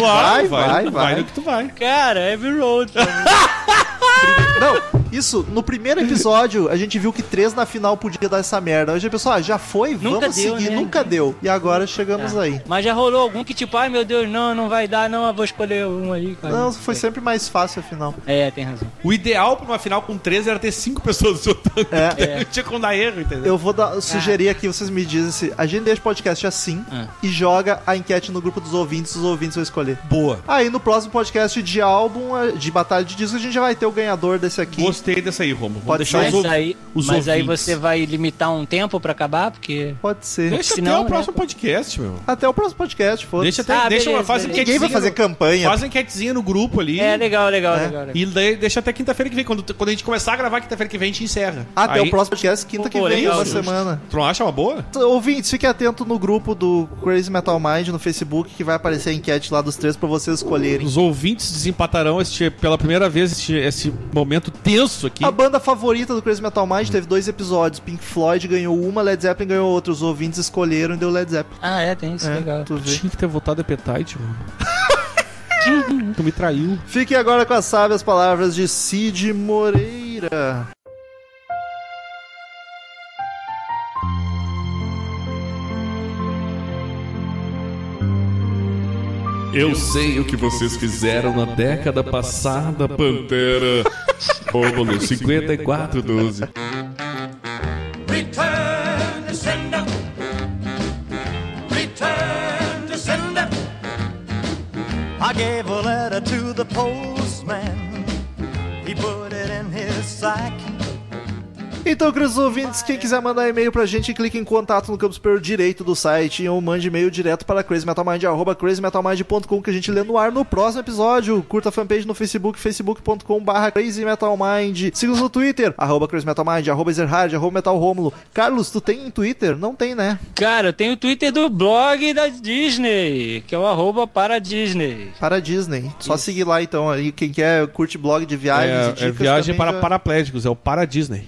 B: vai,
C: Claro, vai,
B: vai.
C: vai do que tu vai.
D: Cara, Heavy Road. pra mim.
B: Não, isso, no primeiro episódio, a gente viu que três na final podia dar essa merda. Hoje a pessoa, ah, já foi,
D: Nunca
B: vamos
D: deu,
B: seguir,
D: né? Tá.
B: nunca deu. E agora chegamos aí.
D: Mas já rolou algum que tipo, ai meu Deus, não, não vai dar, não, eu vou escolher um aí, cara.
B: Não, foi sempre mais fácil a final.
D: É, tem razão.
C: O ideal pra uma final com 13 era ter 5 pessoas soltando.
B: É.
C: Não tinha como dar erro, entendeu?
B: Eu vou dar- sugerir aqui, vocês me dizem se a gente deixa o podcast assim
D: Ah.
B: e joga a enquete no grupo dos ouvintes, os ouvintes vão escolher.
C: Boa.
B: Aí no próximo podcast de álbum, eh, de batalha de disco, a gente já vai ter o ganhador desse aqui.
C: Gostei dessa aí, Romo. Vou
B: Pode
C: deixar os
D: Mas,
C: ouvintes.
D: aí,
C: os
D: mas aí
C: ouvintes.
D: você vai limitar um tempo pra acabar, porque.
B: Pode ser.
C: Deixa
D: Senão,
C: até o
D: né,
C: próximo
D: pô.
C: podcast, meu.
B: Até o próximo podcast, foda-se.
C: Deixa até.
D: Ah,
C: deixa uma
D: beleza,
C: fase
D: beleza.
B: Ninguém vai fazer campanha.
C: Faz enquetezinha no grupo ali.
D: É, legal, legal,
B: É.
D: legal. legal.
C: E daí deixa até quinta-feira que vem. Quando, quando a gente começar a gravar quinta-feira que vem, a gente encerra.
B: Ah, Até
C: Aí-
B: o próximo podcast, quinta que
D: Pô,
B: vem,
D: legal,
B: uma
D: justo.
B: semana.
C: Tu não acha uma boa?
B: Ouvintes, fique atento no grupo do Crazy Metal Mind no Facebook, que vai aparecer a enquete lá dos três pra vocês escolherem.
C: Os ouvintes desempatarão este, pela primeira vez este, esse momento tenso aqui.
B: A banda favorita do Crazy Metal Mind teve dois episódios. Pink Floyd ganhou uma, Led Zeppelin ganhou outra. Os ouvintes escolheram e deu Led Zeppelin.
D: Ah, é, tem isso,
B: É,
D: legal.
B: tu vê.
C: Tinha que ter votado Appetite, mano. tu me traiu.
B: Fiquem agora com as sábias palavras de Cid Moreira.
H: Eu sei o que vocês fizeram na década passada, Pantera. Rômulo 5412.
E: Return to sender. Return to sender.
G: I gave a letter to the postman. He put it in his sack.
B: Então, queridos ouvintes, quem quiser mandar e-mail pra gente, clique em contato no campo superior direito do site ou mande e-mail direto para crazymetalmind, arroba crazymetalmind.com que a gente lê no ar no próximo episódio. Curta a fanpage no Facebook, facebook.com barra crazymetalmind. Siga-nos no Twitter, arroba crazymetalmind, arroba zerhard, arroba metalromulo. Carlos, tu tem Twitter? Não tem, né?
D: Cara, eu tenho o Twitter do blog da Disney, que é o arroba para Disney.
B: Para a Disney. Só seguir lá, então. Aí, quem quer, curte blog de viagens e
C: É,
B: dicas.
C: é viagem
B: também
C: para
B: já-
C: paraplégicos, é o Para Disney.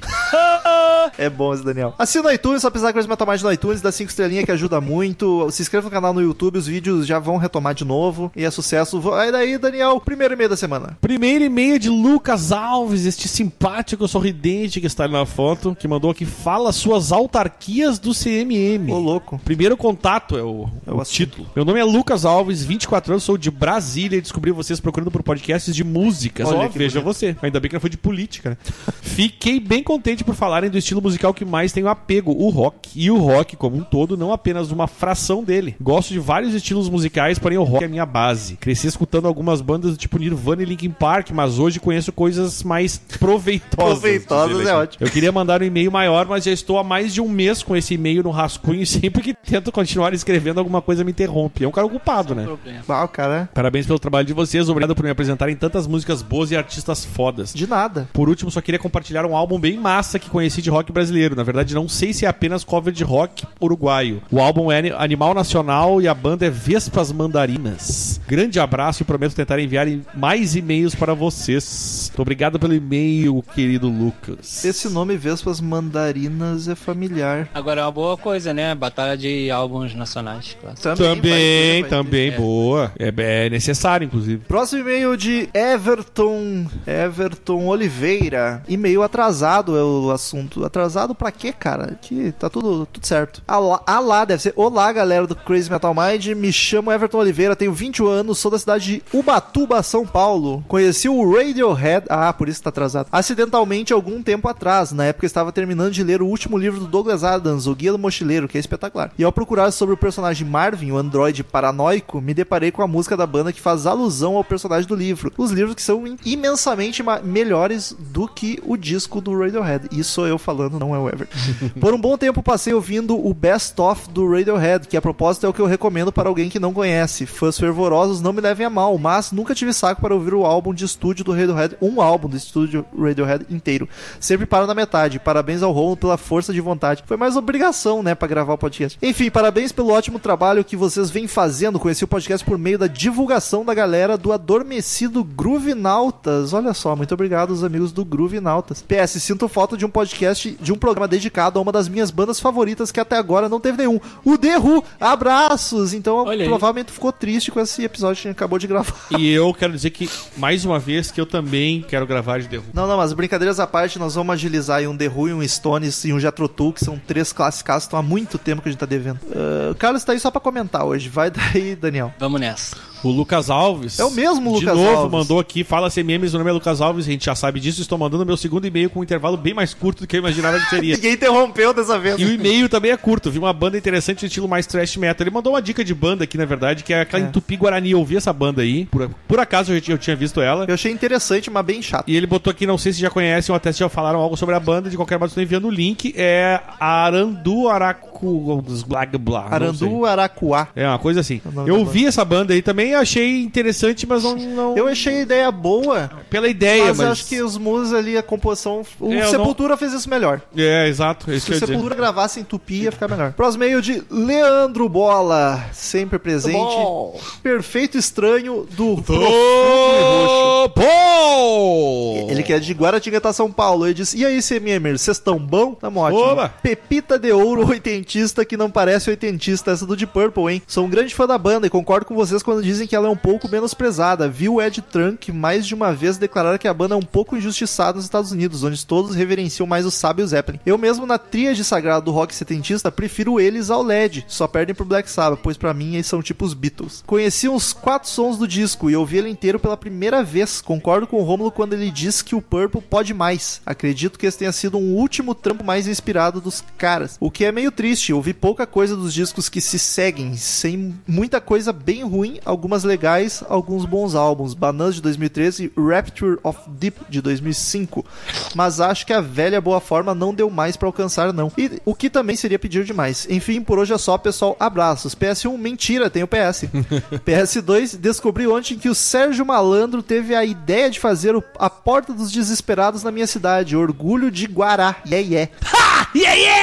B: É bom esse Daniel. Assina o iTunes, só precisar que Metal Mind no iTunes, dá 5 estrelinhas que ajuda muito. Se inscreva no canal no YouTube, os vídeos já vão retomar de novo. E é sucesso. Vo- Aí daí, Daniel, primeiro e-mail da semana.
C: Primeiro e-mail de Lucas Alves, este simpático sorridente que está ali na foto, que mandou aqui: fala suas autarquias do CMM.
B: Ô, louco.
C: Primeiro contato é o, é
B: o
C: o
B: assunto.
C: título. Meu nome é Lucas Alves, 24 anos, sou de Brasília e descobri vocês procurando por podcasts de músicas.
B: Olha
C: Ó,
B: que
C: veja você. Ainda bem que não foi de política, né? Fiquei bem contente por falarem do estilo musical que mais tenho apego, o rock. E o rock como um todo, não apenas uma fração dele. Gosto de vários estilos musicais, porém o rock é a minha base. Cresci escutando algumas bandas do tipo Nirvana e Linkin Park, mas hoje conheço coisas mais proveitosas.
B: Proveitosas
C: diz ele
B: é
C: aqui.
B: ótimo.
C: Eu queria mandar um e-mail maior, mas já estou há mais de um mês com esse e-mail no rascunho e sempre que tento continuar escrevendo, alguma coisa me interrompe. É um cara ocupado, né?
D: Problema.
B: Ah, o cara.
C: Parabéns pelo trabalho de vocês, obrigado por me apresentarem tantas músicas boas e artistas fodas.
B: De nada.
C: Por último, só queria compartilhar um álbum bem massa que conheci de rock brasileiro. Na verdade, não sei se é apenas cover de rock uruguaio. O álbum é Animal Nacional e a banda é Vespas Mandarinas. Grande abraço e prometo tentar enviar em- mais e-mails para vocês. Muito obrigado pelo e-mail, querido Lucas.
B: Esse nome Vespas Mandarinas é familiar.
D: Agora é uma boa coisa, né? Batalha de álbuns nacionais, claro.
B: Também, vai ter,
C: Também,
B: vai ter.
C: também,
D: É.
C: boa. É, é necessário, inclusive.
B: Próximo e-mail de Everton. Everton Oliveira. E-mail atrasado é o assunto. Atrasado pra quê, cara? Que tá tudo, tudo certo. Alá, alá, deve ser. Olá, galera do Crazy Metal Mind. Me chamo Everton Oliveira, tenho 21 anos, sou da cidade de Ubatuba, São Paulo. Conheci o Radiohead. Ah, por isso tá atrasado. Acidentalmente algum tempo atrás. Na época eu estava terminando de ler o último livro do Douglas Adams, O Guia do Mochileiro, que é espetacular. E ao procurar sobre o personagem Marvin, o androide paranoico, me deparei com a música da banda que faz alusão ao personagem do livro. Os livros que são imensamente ma- melhores do que o disco do Radiohead. Isso sou eu falando, não é o Everton. Por um bom tempo passei ouvindo o Best Of do Radiohead, que a propósito é o que eu recomendo para alguém que não conhece. Fãs fervorosos não me levem a mal, mas nunca tive saco para ouvir o álbum de estúdio do Radiohead, um álbum do estúdio Radiohead inteiro. Sempre paro na metade. Parabéns ao Romulo pela força de vontade. Foi mais obrigação, né, para gravar o podcast. Enfim, parabéns pelo ótimo trabalho que vocês vêm fazendo. Conheci o podcast por meio da divulgação da galera do adormecido Groove Nautas. Olha só, muito obrigado aos amigos do Groove Nautas. PS, sinto falta de um podcast chance de um programa dedicado a uma das minhas bandas favoritas que até agora não teve nenhum. O The Who, abraços! Então
C: Olha aí.
B: provavelmente ficou triste com esse episódio que a gente acabou de gravar.
C: E eu quero dizer que, mais uma vez, que eu também quero gravar de The Who.
B: Não, não, mas brincadeiras à parte, nós vamos agilizar aí um The Who, e um Stones e um Jethro Tull, que são três classicaços, estão há muito tempo que a gente tá devendo. Ah, o Carlos tá aí só pra comentar hoje. Vai daí, Daniel.
D: Vamos nessa.
C: O Lucas Alves.
B: É o mesmo
C: de
B: Lucas
C: novo,
B: Alves.
C: mandou aqui, fala CMMs, o nome é Lucas Alves, a gente já sabe disso, estou mandando meu segundo e-mail com um intervalo bem mais curto do que eu imaginava que seria.
B: Ninguém interrompeu dessa vez.
C: E o e-mail também é curto, vi uma banda interessante de estilo mais trash metal. Ele mandou uma dica de banda aqui, na verdade, que é aquela
B: É.
C: em Tupi Guarani. Eu ouvi essa banda aí, por, por acaso eu, já tinha- eu tinha visto ela.
B: Eu achei interessante, mas bem chato.
C: E ele botou aqui, não sei se já conhecem ou até se já falaram algo sobre a banda, de qualquer modo estou enviando o link. É Arandu Aracu. blá, blá, Ah, não sei.
B: Arandu Aracuá.
C: É uma coisa assim.
B: O nome
C: Eu
B: da
C: ouvi essa banda aí também, achei interessante, mas não. não-
B: Eu achei a ideia boa,
C: Pela ideia,
B: mas
C: mas.
B: eu acho que os músicos ali, a composição. O
C: É, eu não-
B: Sepultura fez isso melhor.
C: É, exato. é
B: Se
C: isso que eu
B: o
C: ia dizer.
B: Sepultura gravasse em tupi, ia ficar melhor. Próximo e-mail de Leandro Bola, sempre presente. Perfeito estranho do Profundo e Roxo.
C: Pô!
B: Ele que é de Guaratinguetá, São Paulo. Ele diz: E aí, CMMers, vocês estão bom? Tamo ótimo.
C: Oba!
B: Pepita de ouro oitentista que não parece oitentista, essa do Deep Purple, hein? Sou um grande fã da banda e concordo com vocês quando dizem que ela é um pouco menos prezada. Vi o Ed Trunk mais de uma vez declarar que a banda é um pouco injustiçada nos Estados Unidos, onde todos reverenciam mais o sábio Zeppelin. Eu mesmo, na tríade sagrada do rock setentista, prefiro eles ao LED. Só perdem pro Black Sabbath, pois pra mim eles são tipo os Beatles. Conheci uns quatro sons do disco e ouvi ele inteiro pela primeira vez. Concordo com o Romulo quando ele diz que o Purple pode mais. Acredito que esse tenha sido um último trampo mais inspirado dos caras. O que é meio triste, ouvi pouca coisa dos discos que se seguem, sem muita coisa bem ruim, algumas legais, alguns bons álbuns. Bananas de 2013 e Rapture of Deep de 2005. Mas acho que a velha boa forma não deu mais pra alcançar, não. E o que também seria pedir demais. Enfim, por hoje é só, pessoal. Abraços. PS1, mentira, tem o PS. PS2, descobri ontem que o Sérgio Malandro teve a ideia de fazer o- a Porta dos Desesperados na minha cidade. Orgulho de Guará. Yeah, yeah.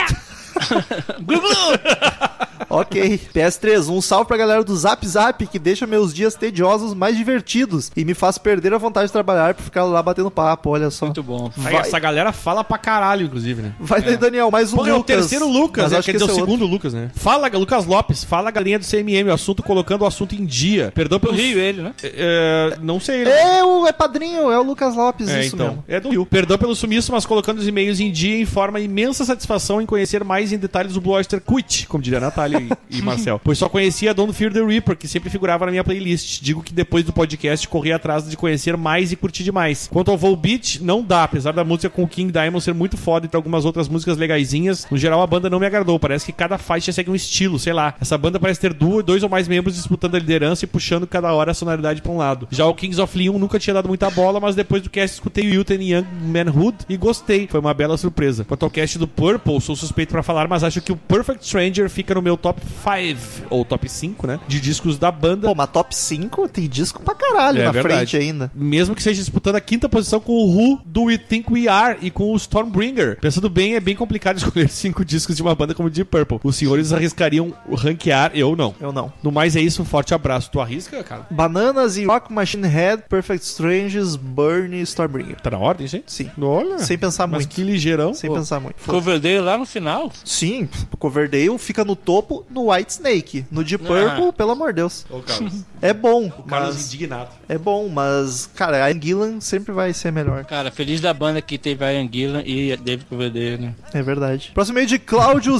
B: Ok. PS3, um salve pra galera do Zap Zap, que deixa meus dias tediosos mais divertidos e me faz perder a vontade de trabalhar pra ficar lá batendo papo, olha só.
D: Muito bom.
C: Aí essa galera fala pra caralho, inclusive, né?
B: Vai daí, Daniel, mais um
C: Pô,
B: Lucas.
C: é o terceiro Lucas,
B: Mas
C: né?
B: acho
C: Quer
B: que
C: dizer,
B: esse
C: o
B: é outro.
C: segundo Lucas, né? Fala, Lucas Lopes, fala galinha do CMM, o assunto colocando o assunto em dia. Perdão
D: Do
C: pelo
D: Rio, ele, né?
C: É, não sei. né?
B: É, o, é padrinho, é o Lucas Lopes,
C: É,
B: isso
C: então.
B: mesmo.
C: É do Rio. Perdão pelo sumiço, mas colocando os e-mails em dia informa imensa satisfação em conhecer mais em detalhes o Blue Oyster Cult, como diria a Natália e, e Marcel. Pois só conhecia Don't Fear the Reaper, que sempre figurava na minha playlist. Digo que depois do podcast corri atrás de conhecer mais e curtir demais. Quanto ao Volbeat, não dá, apesar da música com o King Diamond ser muito foda e ter algumas outras músicas legaisinhas. No geral, a banda não me agradou. Parece que cada faixa segue um estilo, sei lá. Essa banda parece ter duas, dois ou mais membros disputando a liderança e puxando cada hora a sonoridade pra um lado. Já o Kings of Leon nunca tinha dado muita bola, mas depois do cast escutei o Hilton Young Manhood e gostei. Foi uma bela surpresa. Quanto ao cast do Purple, sou suspeito pra falar, mas acho que o Perfect Stranger fica no meu top 5, ou top 5, né? De discos da banda.
B: Pô, mas top 5 tem disco pra caralho
C: É
B: na
C: verdade.
B: frente ainda.
C: Mesmo que seja disputando a quinta posição com o Who do We Think We Are e com o Stormbringer. Pensando bem, é bem complicado escolher cinco discos de uma banda como Deep Purple. Os senhores arriscariam ranquear, eu não.
B: Eu não.
C: No mais é isso, um forte abraço. Tu arrisca, cara?
B: Bananas e Rock Machine Head, Perfect Strangers, Burn e Stormbringer.
C: Tá na ordem, gente?
B: Sim.
C: Olha.
B: Sem pensar
C: Ah, Mas
B: muito.
C: que ligeirão.
B: Sem
D: Pô.
B: pensar muito.
D: Coverdale lá no final.
B: Sim, o Coverdale fica no topo no White Snake. No Deep Purple, pelo amor de Deus.
C: Ah. Ô, Carlos.
B: É bom,
C: Carlos
B: mas
C: indignado.
B: é bom, mas cara, a Gillan sempre vai ser melhor.
D: Cara, feliz da banda que teve a Anguila e David Coverdale, né?
B: É verdade. Próximo e-mail de Cláudio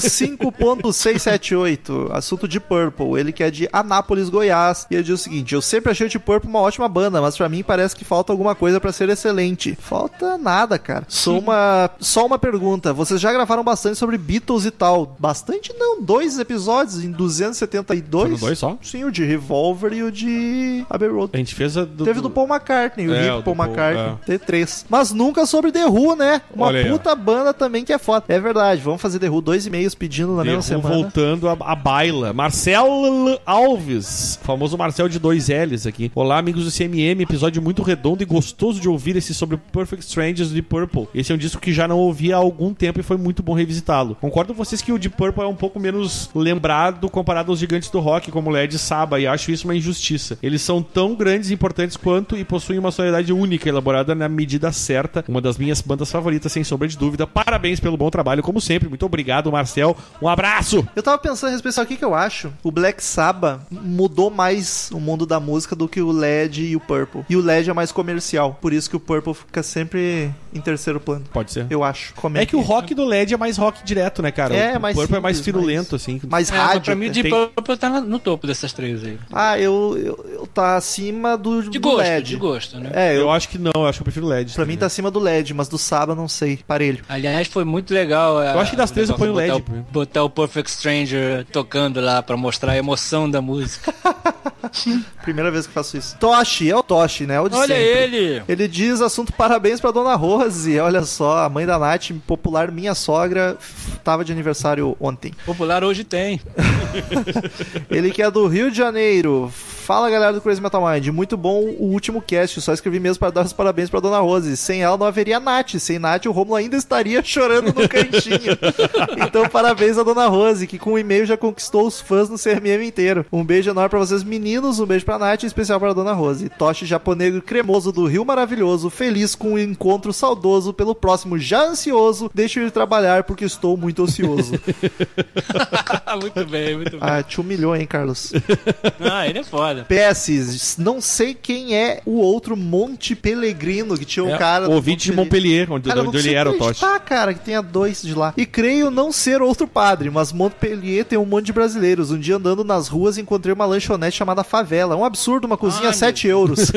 B: 5.678. Assunto de Purple. Ele que é de Anápolis, Goiás. E ele diz o seguinte: Eu sempre achei o de Purple uma ótima banda, mas pra mim parece que falta alguma coisa pra ser excelente. Falta nada, cara. Só uma, só uma pergunta. Vocês já gravaram bastante sobre Beatles e tal? Bastante não, dois episódios em 272.
C: Foram dois só?
B: Sim, o de Revolver e o de Abbey Road.
C: A gente fez a do...
B: Teve do Paul McCartney, o
C: É,
B: Rick
C: o do
B: Paul
C: Paul,
B: McCartney, T3. Mas nunca sobre The Who, né? Uma
C: Olha aí, ó.
B: puta banda também que é foda. É verdade, vamos fazer The Who dois e-mails pedindo na
C: The
B: mesma
C: Who
B: né, semana.
C: voltando a, a baila. Marcel Alves, famoso Marcel de dois L's aqui. Olá, amigos do CMM, episódio muito redondo e gostoso de ouvir esse sobre Perfect Strangers de Purple. Esse é um disco que já não ouvi há algum tempo e foi muito bom revisitá-lo. Concordo com vocês que o de Purple é um pouco menos lembrado comparado, comparado aos gigantes do rock, como Led e Saba, e acho isso uma injustiça. Eles são tão grandes e importantes quanto e possuem uma sonoridade única, elaborada na medida certa. Uma das minhas bandas favoritas, sem sombra de dúvida. Parabéns pelo bom trabalho, como sempre. Muito obrigado, Marcel. Um abraço!
B: Eu tava pensando em respeito ao que, que eu acho. O Black Sabbath mudou mais o mundo da música do que o LED e o Purple. E o LED é mais comercial, por isso que o Purple fica sempre em terceiro plano.
C: Pode ser.
B: Eu acho. Como
C: É que o rock do LED é mais rock direto, né, cara?
B: É,
C: o
B: mais
C: corpo é mais
B: simples,
C: firulento, assim.
B: Mais
D: É,
B: rádio.
D: mas pra mim o
B: tem-
D: Deep Purple tá na- no topo dessas três aí.
B: Ah, eu, eu, eu tá acima do,
D: De
B: do
D: gosto,
B: LED.
D: de gosto, né?
B: É, eu,
C: Eu acho que não, eu acho que eu prefiro LED.
B: pra mim tá acima do LED, mas do Saba não sei. Parelho.
D: Aliás, foi muito legal.
C: Eu acho que das três eu ponho o LED.
D: Botar o, botar o Perfect Stranger tocando lá pra mostrar a emoção da música.
B: Primeira vez que faço isso. Toshi, é o Toshi, né? É o de
D: Olha
B: sempre.
D: ele!
B: Ele diz, assunto parabéns pra Dona Rose. Olha só, a mãe da Nath, popular minha sogra, f- tava de aniversário ontem.
D: Popular hoje tem.
B: Ele que é do Rio de Janeiro. Fala galera do Crazy Metal Mind, muito bom o último cast, só escrevi mesmo para dar os parabéns pra Dona Rose. Sem ela não haveria Nath, sem Nath o Romulo ainda estaria chorando no cantinho. então parabéns à Dona Rose, que com o e-mail já conquistou os fãs no CRM inteiro. Um beijo enorme pra vocês meninos, um beijo pra Nath e especial pra Dona Rose. Toche japonegro cremoso do Rio Maravilhoso, feliz com o encontro saudoso pelo próximo já ansioso, deixa eu ir trabalhar porque estou muito ocioso.
D: Ah, muito bem, muito bem.
B: ah, te humilhou hein, Carlos?
D: Ah, ele é foda.
B: PS, não sei quem é o outro Monte Pelegrino que tinha um
C: É,
B: cara. do
C: ouvinte de Montpellier, onde,
B: Cara, eu não
C: onde ele
B: consigo
C: era o Totti.
B: acreditar, cara, que tenha dois de lá. E creio não ser outro padre, mas Montpellier tem um monte de brasileiros. Um dia andando nas ruas encontrei uma lanchonete chamada Favela. Um absurdo, uma cozinha a 7 euros.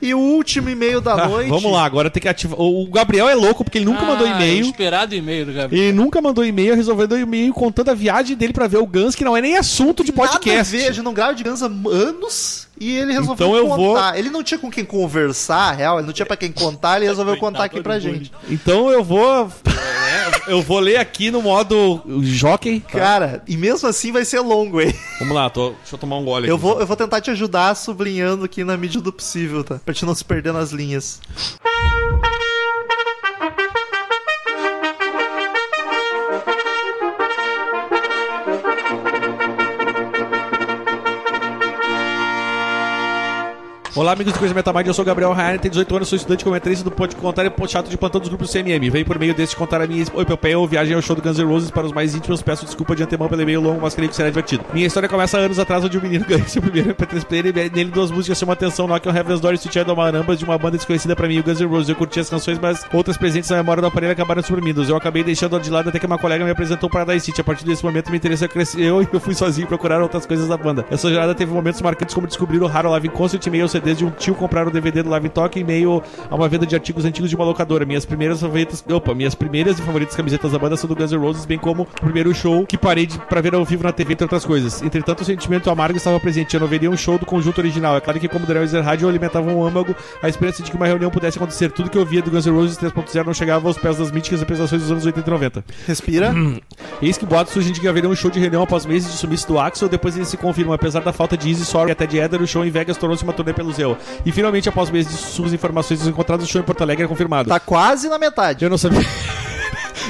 B: e o último e-mail da
C: Ah,
B: noite.
C: vamos lá, agora tem que ativar. O o Gabriel é louco porque ele nunca mandou
D: Ah,
C: e-mail.
D: Esperado e-mail do Gabriel.
C: Ele nunca mandou e-mail, resolveu dar e-mail contando a viagem dele pra ver o Guns, que não é nem assunto de podcast.
B: Veja, não grava de Guns há anos e ele resolveu
C: Então eu vou-
B: contar. Ele não tinha com quem conversar, real, ele não tinha pra quem contar, ele resolveu contar aqui pra gente.
C: Então eu vou. é, eu vou ler aqui no modo jockey.
B: Cara, e mesmo assim vai ser longo, hein?
C: Vamos lá, tô- deixa eu tomar um gole
B: Eu
C: aqui.
B: vou, eu vou tentar te ajudar sublinhando aqui na medida do possível, tá? Pra te não se perder nas linhas.
C: Olá, amigos do Coisa Metamind, eu sou o Gabriel Rainer, tenho 18 anos, sou estudante comentarista do Pode Contar e Pode Chato de Plantão dos Grupos CMM. Venho por meio deste contar a minha epopeia ou viagem ao show do Guns N' Roses para os mais íntimos. Peço desculpa de antemão pelo e-mail longo, mas creio que será divertido. Minha história começa anos atrás, onde o menino ganhou seu primeiro MP3 player e nele duas músicas chamam a atenção, Knock on Heaven's Door e Sweet Child of Marambas, de uma banda desconhecida pra mim, o Guns N' Roses. Eu curti as canções, mas outras presentes na memória do aparelho acabaram suprimidas. Eu acabei deixando de lado até que uma colega me apresentou para Paradise City. A partir desse momento, meu interesse cresceu e eu fui sozinho procurar outras coisas da banda. Essa jornada teve momentos marcantes como descobrir o raro Live Concert, e-mail ao CD de um tio, comprar o DVD do Live Talk e e-mail a uma venda de artigos antigos de uma locadora. Minhas primeiras favoritas, opa, minhas primeiras e favoritas camisetas da banda são do Guns N' Roses, bem como o primeiro show que parei de, pra ver ao vivo na TV, entre outras coisas. Entretanto, o sentimento amargo estava presente. Eu não veria um show do conjunto original. É claro que, como Daniel Ezerhard, eu alimentava um âmago a esperança de que uma reunião pudesse acontecer. Tudo que eu via do Guns N' Roses 3.0 não chegava aos pés das míticas representações dos anos 80 e 90.
B: Respira.
C: Hum. Eis que boatos surgem de que haveria um show de reunião após meses de sumiço do Axel, depois ele se confirma. Apesar da falta de Easy, Sorry e até de Éder, o show em Vegas tornou-se uma turnê pelo Zeu. E finalmente, após meses de suas informações encontradas, o show em Porto Alegre é confirmado.
B: Tá quase na metade.
C: Eu não sabia.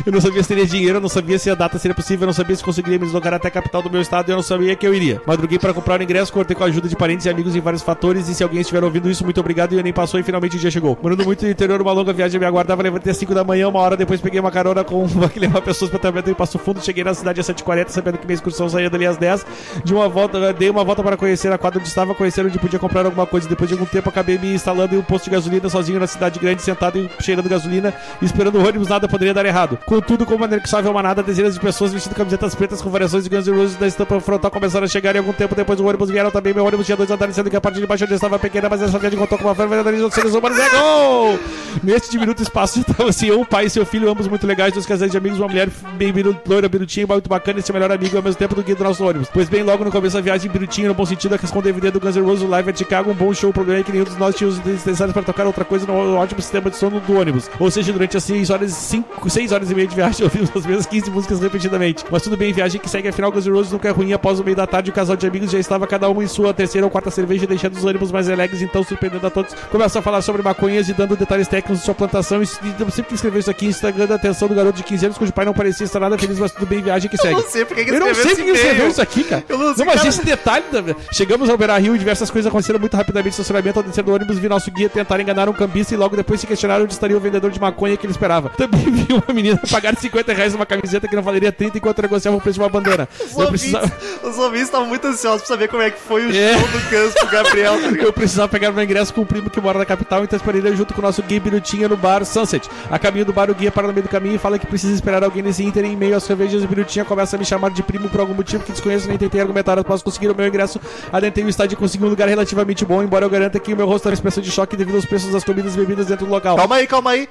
C: Eu não sabia se teria dinheiro, eu não sabia se a data seria possível, eu não sabia se conseguiria me deslocar até a capital do meu estado, eu não sabia que eu iria. Madruguei para comprar o ingresso, cortei com a ajuda de parentes e amigos em vários fatores, e se alguém estiver ouvindo isso, muito obrigado, e eu nem passou e finalmente o dia chegou. Morando muito no interior, uma longa viagem me aguardava, levantei às 5 da manhã, uma hora depois peguei uma carona com uma que levava pessoas para trabalhar em Passo Fundo, cheguei na cidade às 7h40, sabendo que minha excursão saía dali às 10 de uma volta, dei uma volta para conhecer a quadra onde estava, conhecer onde podia comprar alguma coisa. Depois de algum tempo, acabei me instalando em um posto de gasolina sozinho na cidade grande, sentado e cheirando gasolina, esperando o ônibus, nada poderia dar errado. Contudo, como maneira que suave é uma nada, dezenas de pessoas vestindo camisetas pretas com variações de Guns N' Roses da estampa frontal começaram a chegar e algum tempo depois o ônibus vieram também. Meu ônibus tinha dois andares, sendo que a parte de baixo onde eu estava pequena, mas essa viagem contou com uma verdadeira de seres humanos. É gol! Neste diminuto espaço estavam assim, um pai e seu filho, ambos muito legais, dois casais de amigos, uma mulher bem biru- loira, birutinha, muito bacana, e seu melhor amigo ao mesmo tempo do guia do nosso ônibus. Pois bem, logo no começo da viagem, birutinha, no bom sentido, a questão do DVD do Guns N' Roses Live at Chicago, um bom show, o problema é que nenhum dos nós tinha os é um assim, necessários para tocar outra coisa no ótimo sistema de sono do ônibus. Ou seja, durante as 6 horas, 5, 6 horas e meia de viagem, ouvimos as mesmas 15 músicas repetidamente. Mas tudo bem, viagem que segue, afinal, Guns N' Roses nunca é ruim. Após o meio da tarde, o casal de amigos já estava cada um em sua terceira ou quarta cerveja, deixando os ânimos mais alegres, então surpreendendo a todos. Começa a falar sobre maconhas e dando detalhes técnicos de sua plantação. E e sempre que escreveu isso aqui, Instagram da atenção do garoto de 15 anos, cujo pai não parecia estar nada feliz, mas tudo bem, viagem que
B: Eu
C: segue.
B: não sei porque que
C: Eu não sei
B: esse
C: porque você
B: e-mail.
C: escreveu isso aqui, cara.
B: Eu não sei,
C: mas
B: cara.
C: esse detalhe. da- Chegamos ao Beira Rio e diversas coisas aconteceram muito rapidamente. Estacionamento ao descer do ônibus, vi nosso guia tentar enganar um cambista e logo depois se questionaram onde estaria o vendedor de maconha que ele esperava. Também vi uma menina pagar 50 reais numa camiseta que não valeria 30 enquanto negociava o preço de uma bandeira.
B: Os
C: Eu
B: ouvintes,
C: precisava,
B: os ouvintes estavam muito ansiosos pra saber como é que foi o
C: É.
B: show do Guns pro Gabriel. tá ligado?
C: eu precisava pegar meu ingresso com o primo que mora na capital, então esperei junto com o nosso guia Birutinha no bar Sunset. A caminho do bar, o guia para no meio do caminho e fala que precisa esperar alguém nesse Inter e em meio às cervejas o Birutinha começa a me chamar de primo por algum motivo que desconheço, nem tentei argumentar, mas conseguir o meu ingresso, adentrei o estádio e consegui um lugar relativamente bom, embora eu garanta que o meu rosto era uma expressão de choque devido aos preços das comidas e bebidas dentro do local.
B: Calma aí, calma aí.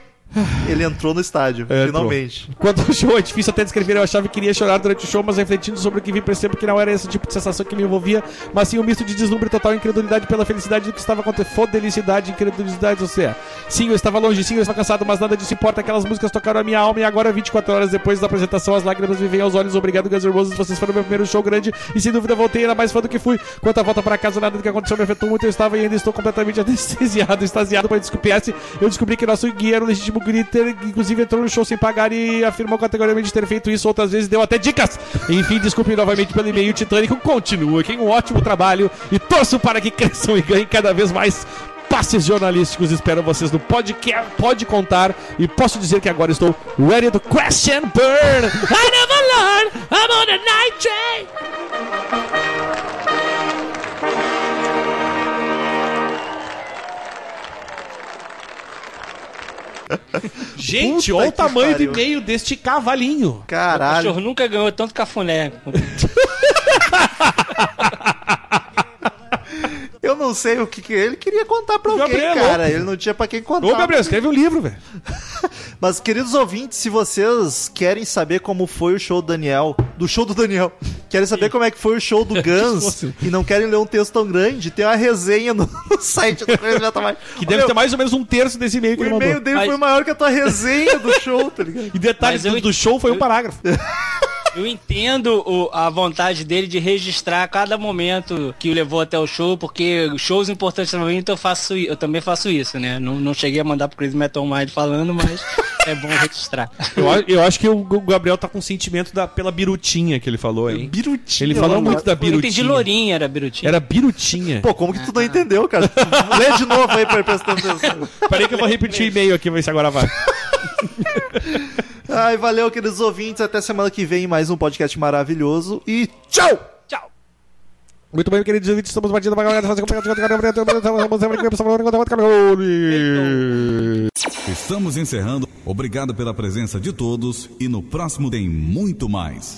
B: Ele entrou no estádio,
C: É,
B: finalmente.
C: Quanto ao show, é difícil até descrever. Eu achava que iria chorar durante o show, mas refletindo sobre o que vi, percebo que não era esse tipo de sensação que me envolvia, mas sim um misto de deslumbre total e incredulidade pela felicidade do que estava acontecendo. Fodelicidade, incredulidade, ou seja, sim, eu estava longe, sim, eu estava cansado, mas nada disso importa. Aquelas músicas tocaram a minha alma e agora, 24 horas depois da apresentação, as lágrimas me vêm aos olhos. Obrigado, Guns N' Roses. Vocês foram meu primeiro show grande e sem dúvida voltei ainda mais fã do que fui. Quanto à volta para casa, nada do que aconteceu me afetou muito. Eu estava e ainda estou completamente anestesiado, extasiado, mas desculpe eu descobri que nosso guia era um legítimo gritter, que inclusive entrou no show sem pagar e afirmou categoricamente ter feito isso outras vezes, deu até dicas. Enfim, desculpe novamente pelo e-mail titânico. Continua, quem um ótimo trabalho e torço para que cresçam e ganhem cada vez mais passes jornalísticos. Espero vocês no Pode, Que- pode Contar e posso dizer que agora estou ready to crash and burn. I never learn, I'm on a night train. Gente,
B: Puta
C: olha o
B: que
C: tamanho
B: pariu.
C: do e-mail deste cavalinho.
D: O
B: Caralho.
D: cachorro nunca ganhou tanto cafuné.
B: Eu não sei o que, que ele queria contar pra alguém,
C: Gabriel,
B: cara. Ele não tinha pra quem contar.
C: Ô, Gabriel, escreve um livro, velho.
B: Mas, queridos ouvintes, se vocês querem saber como foi o show do Daniel, do show do Daniel, querem saber como é que foi o show do Guns
C: fosse.
B: e não querem ler um texto tão grande, tem uma resenha no, no site do Crazy Metal Mind.
C: Que deve
B: Olha,
C: ter mais ou menos um terço desse e-mail que
B: O
C: ele
B: e-mail
C: mandou.
B: dele
D: Mas-
B: foi maior que a tua resenha do show, tá ligado?
C: E detalhes
D: Mas eu
C: do,
D: ent-
C: do show foi um
D: eu-
C: parágrafo.
D: Eu entendo o- a vontade dele de registrar cada momento que o levou até o show, porque shows importantes pra mim, então eu, faço, i- eu também faço isso, né? Não, não cheguei a mandar pro Chris Metal Mind falando, mas é bom registrar.
C: Eu, a- eu acho que o G- Gabriel tá com sentimento da, pela birutinha que ele falou, hein?
B: Birutinha.
C: Ele falou
B: mano.
C: muito da
D: Eu entendi
C: birutinha.
D: Lourinha, era Birutinho.
C: Era birutinha.
B: Pô, como que tu não entendeu, cara? Lê de novo aí pra ele prestar atenção.
C: Peraí que eu vou repetir o e-mail aqui, ver se agora vai.
B: Ai, valeu, queridos ouvintes. Até semana que vem, mais um podcast maravilhoso. E tchau!
C: Muito bem, queridos ouvintes, estamos batendo para a
I: Estamos encerrando. Obrigado pela presença de todos e no próximo tem muito mais.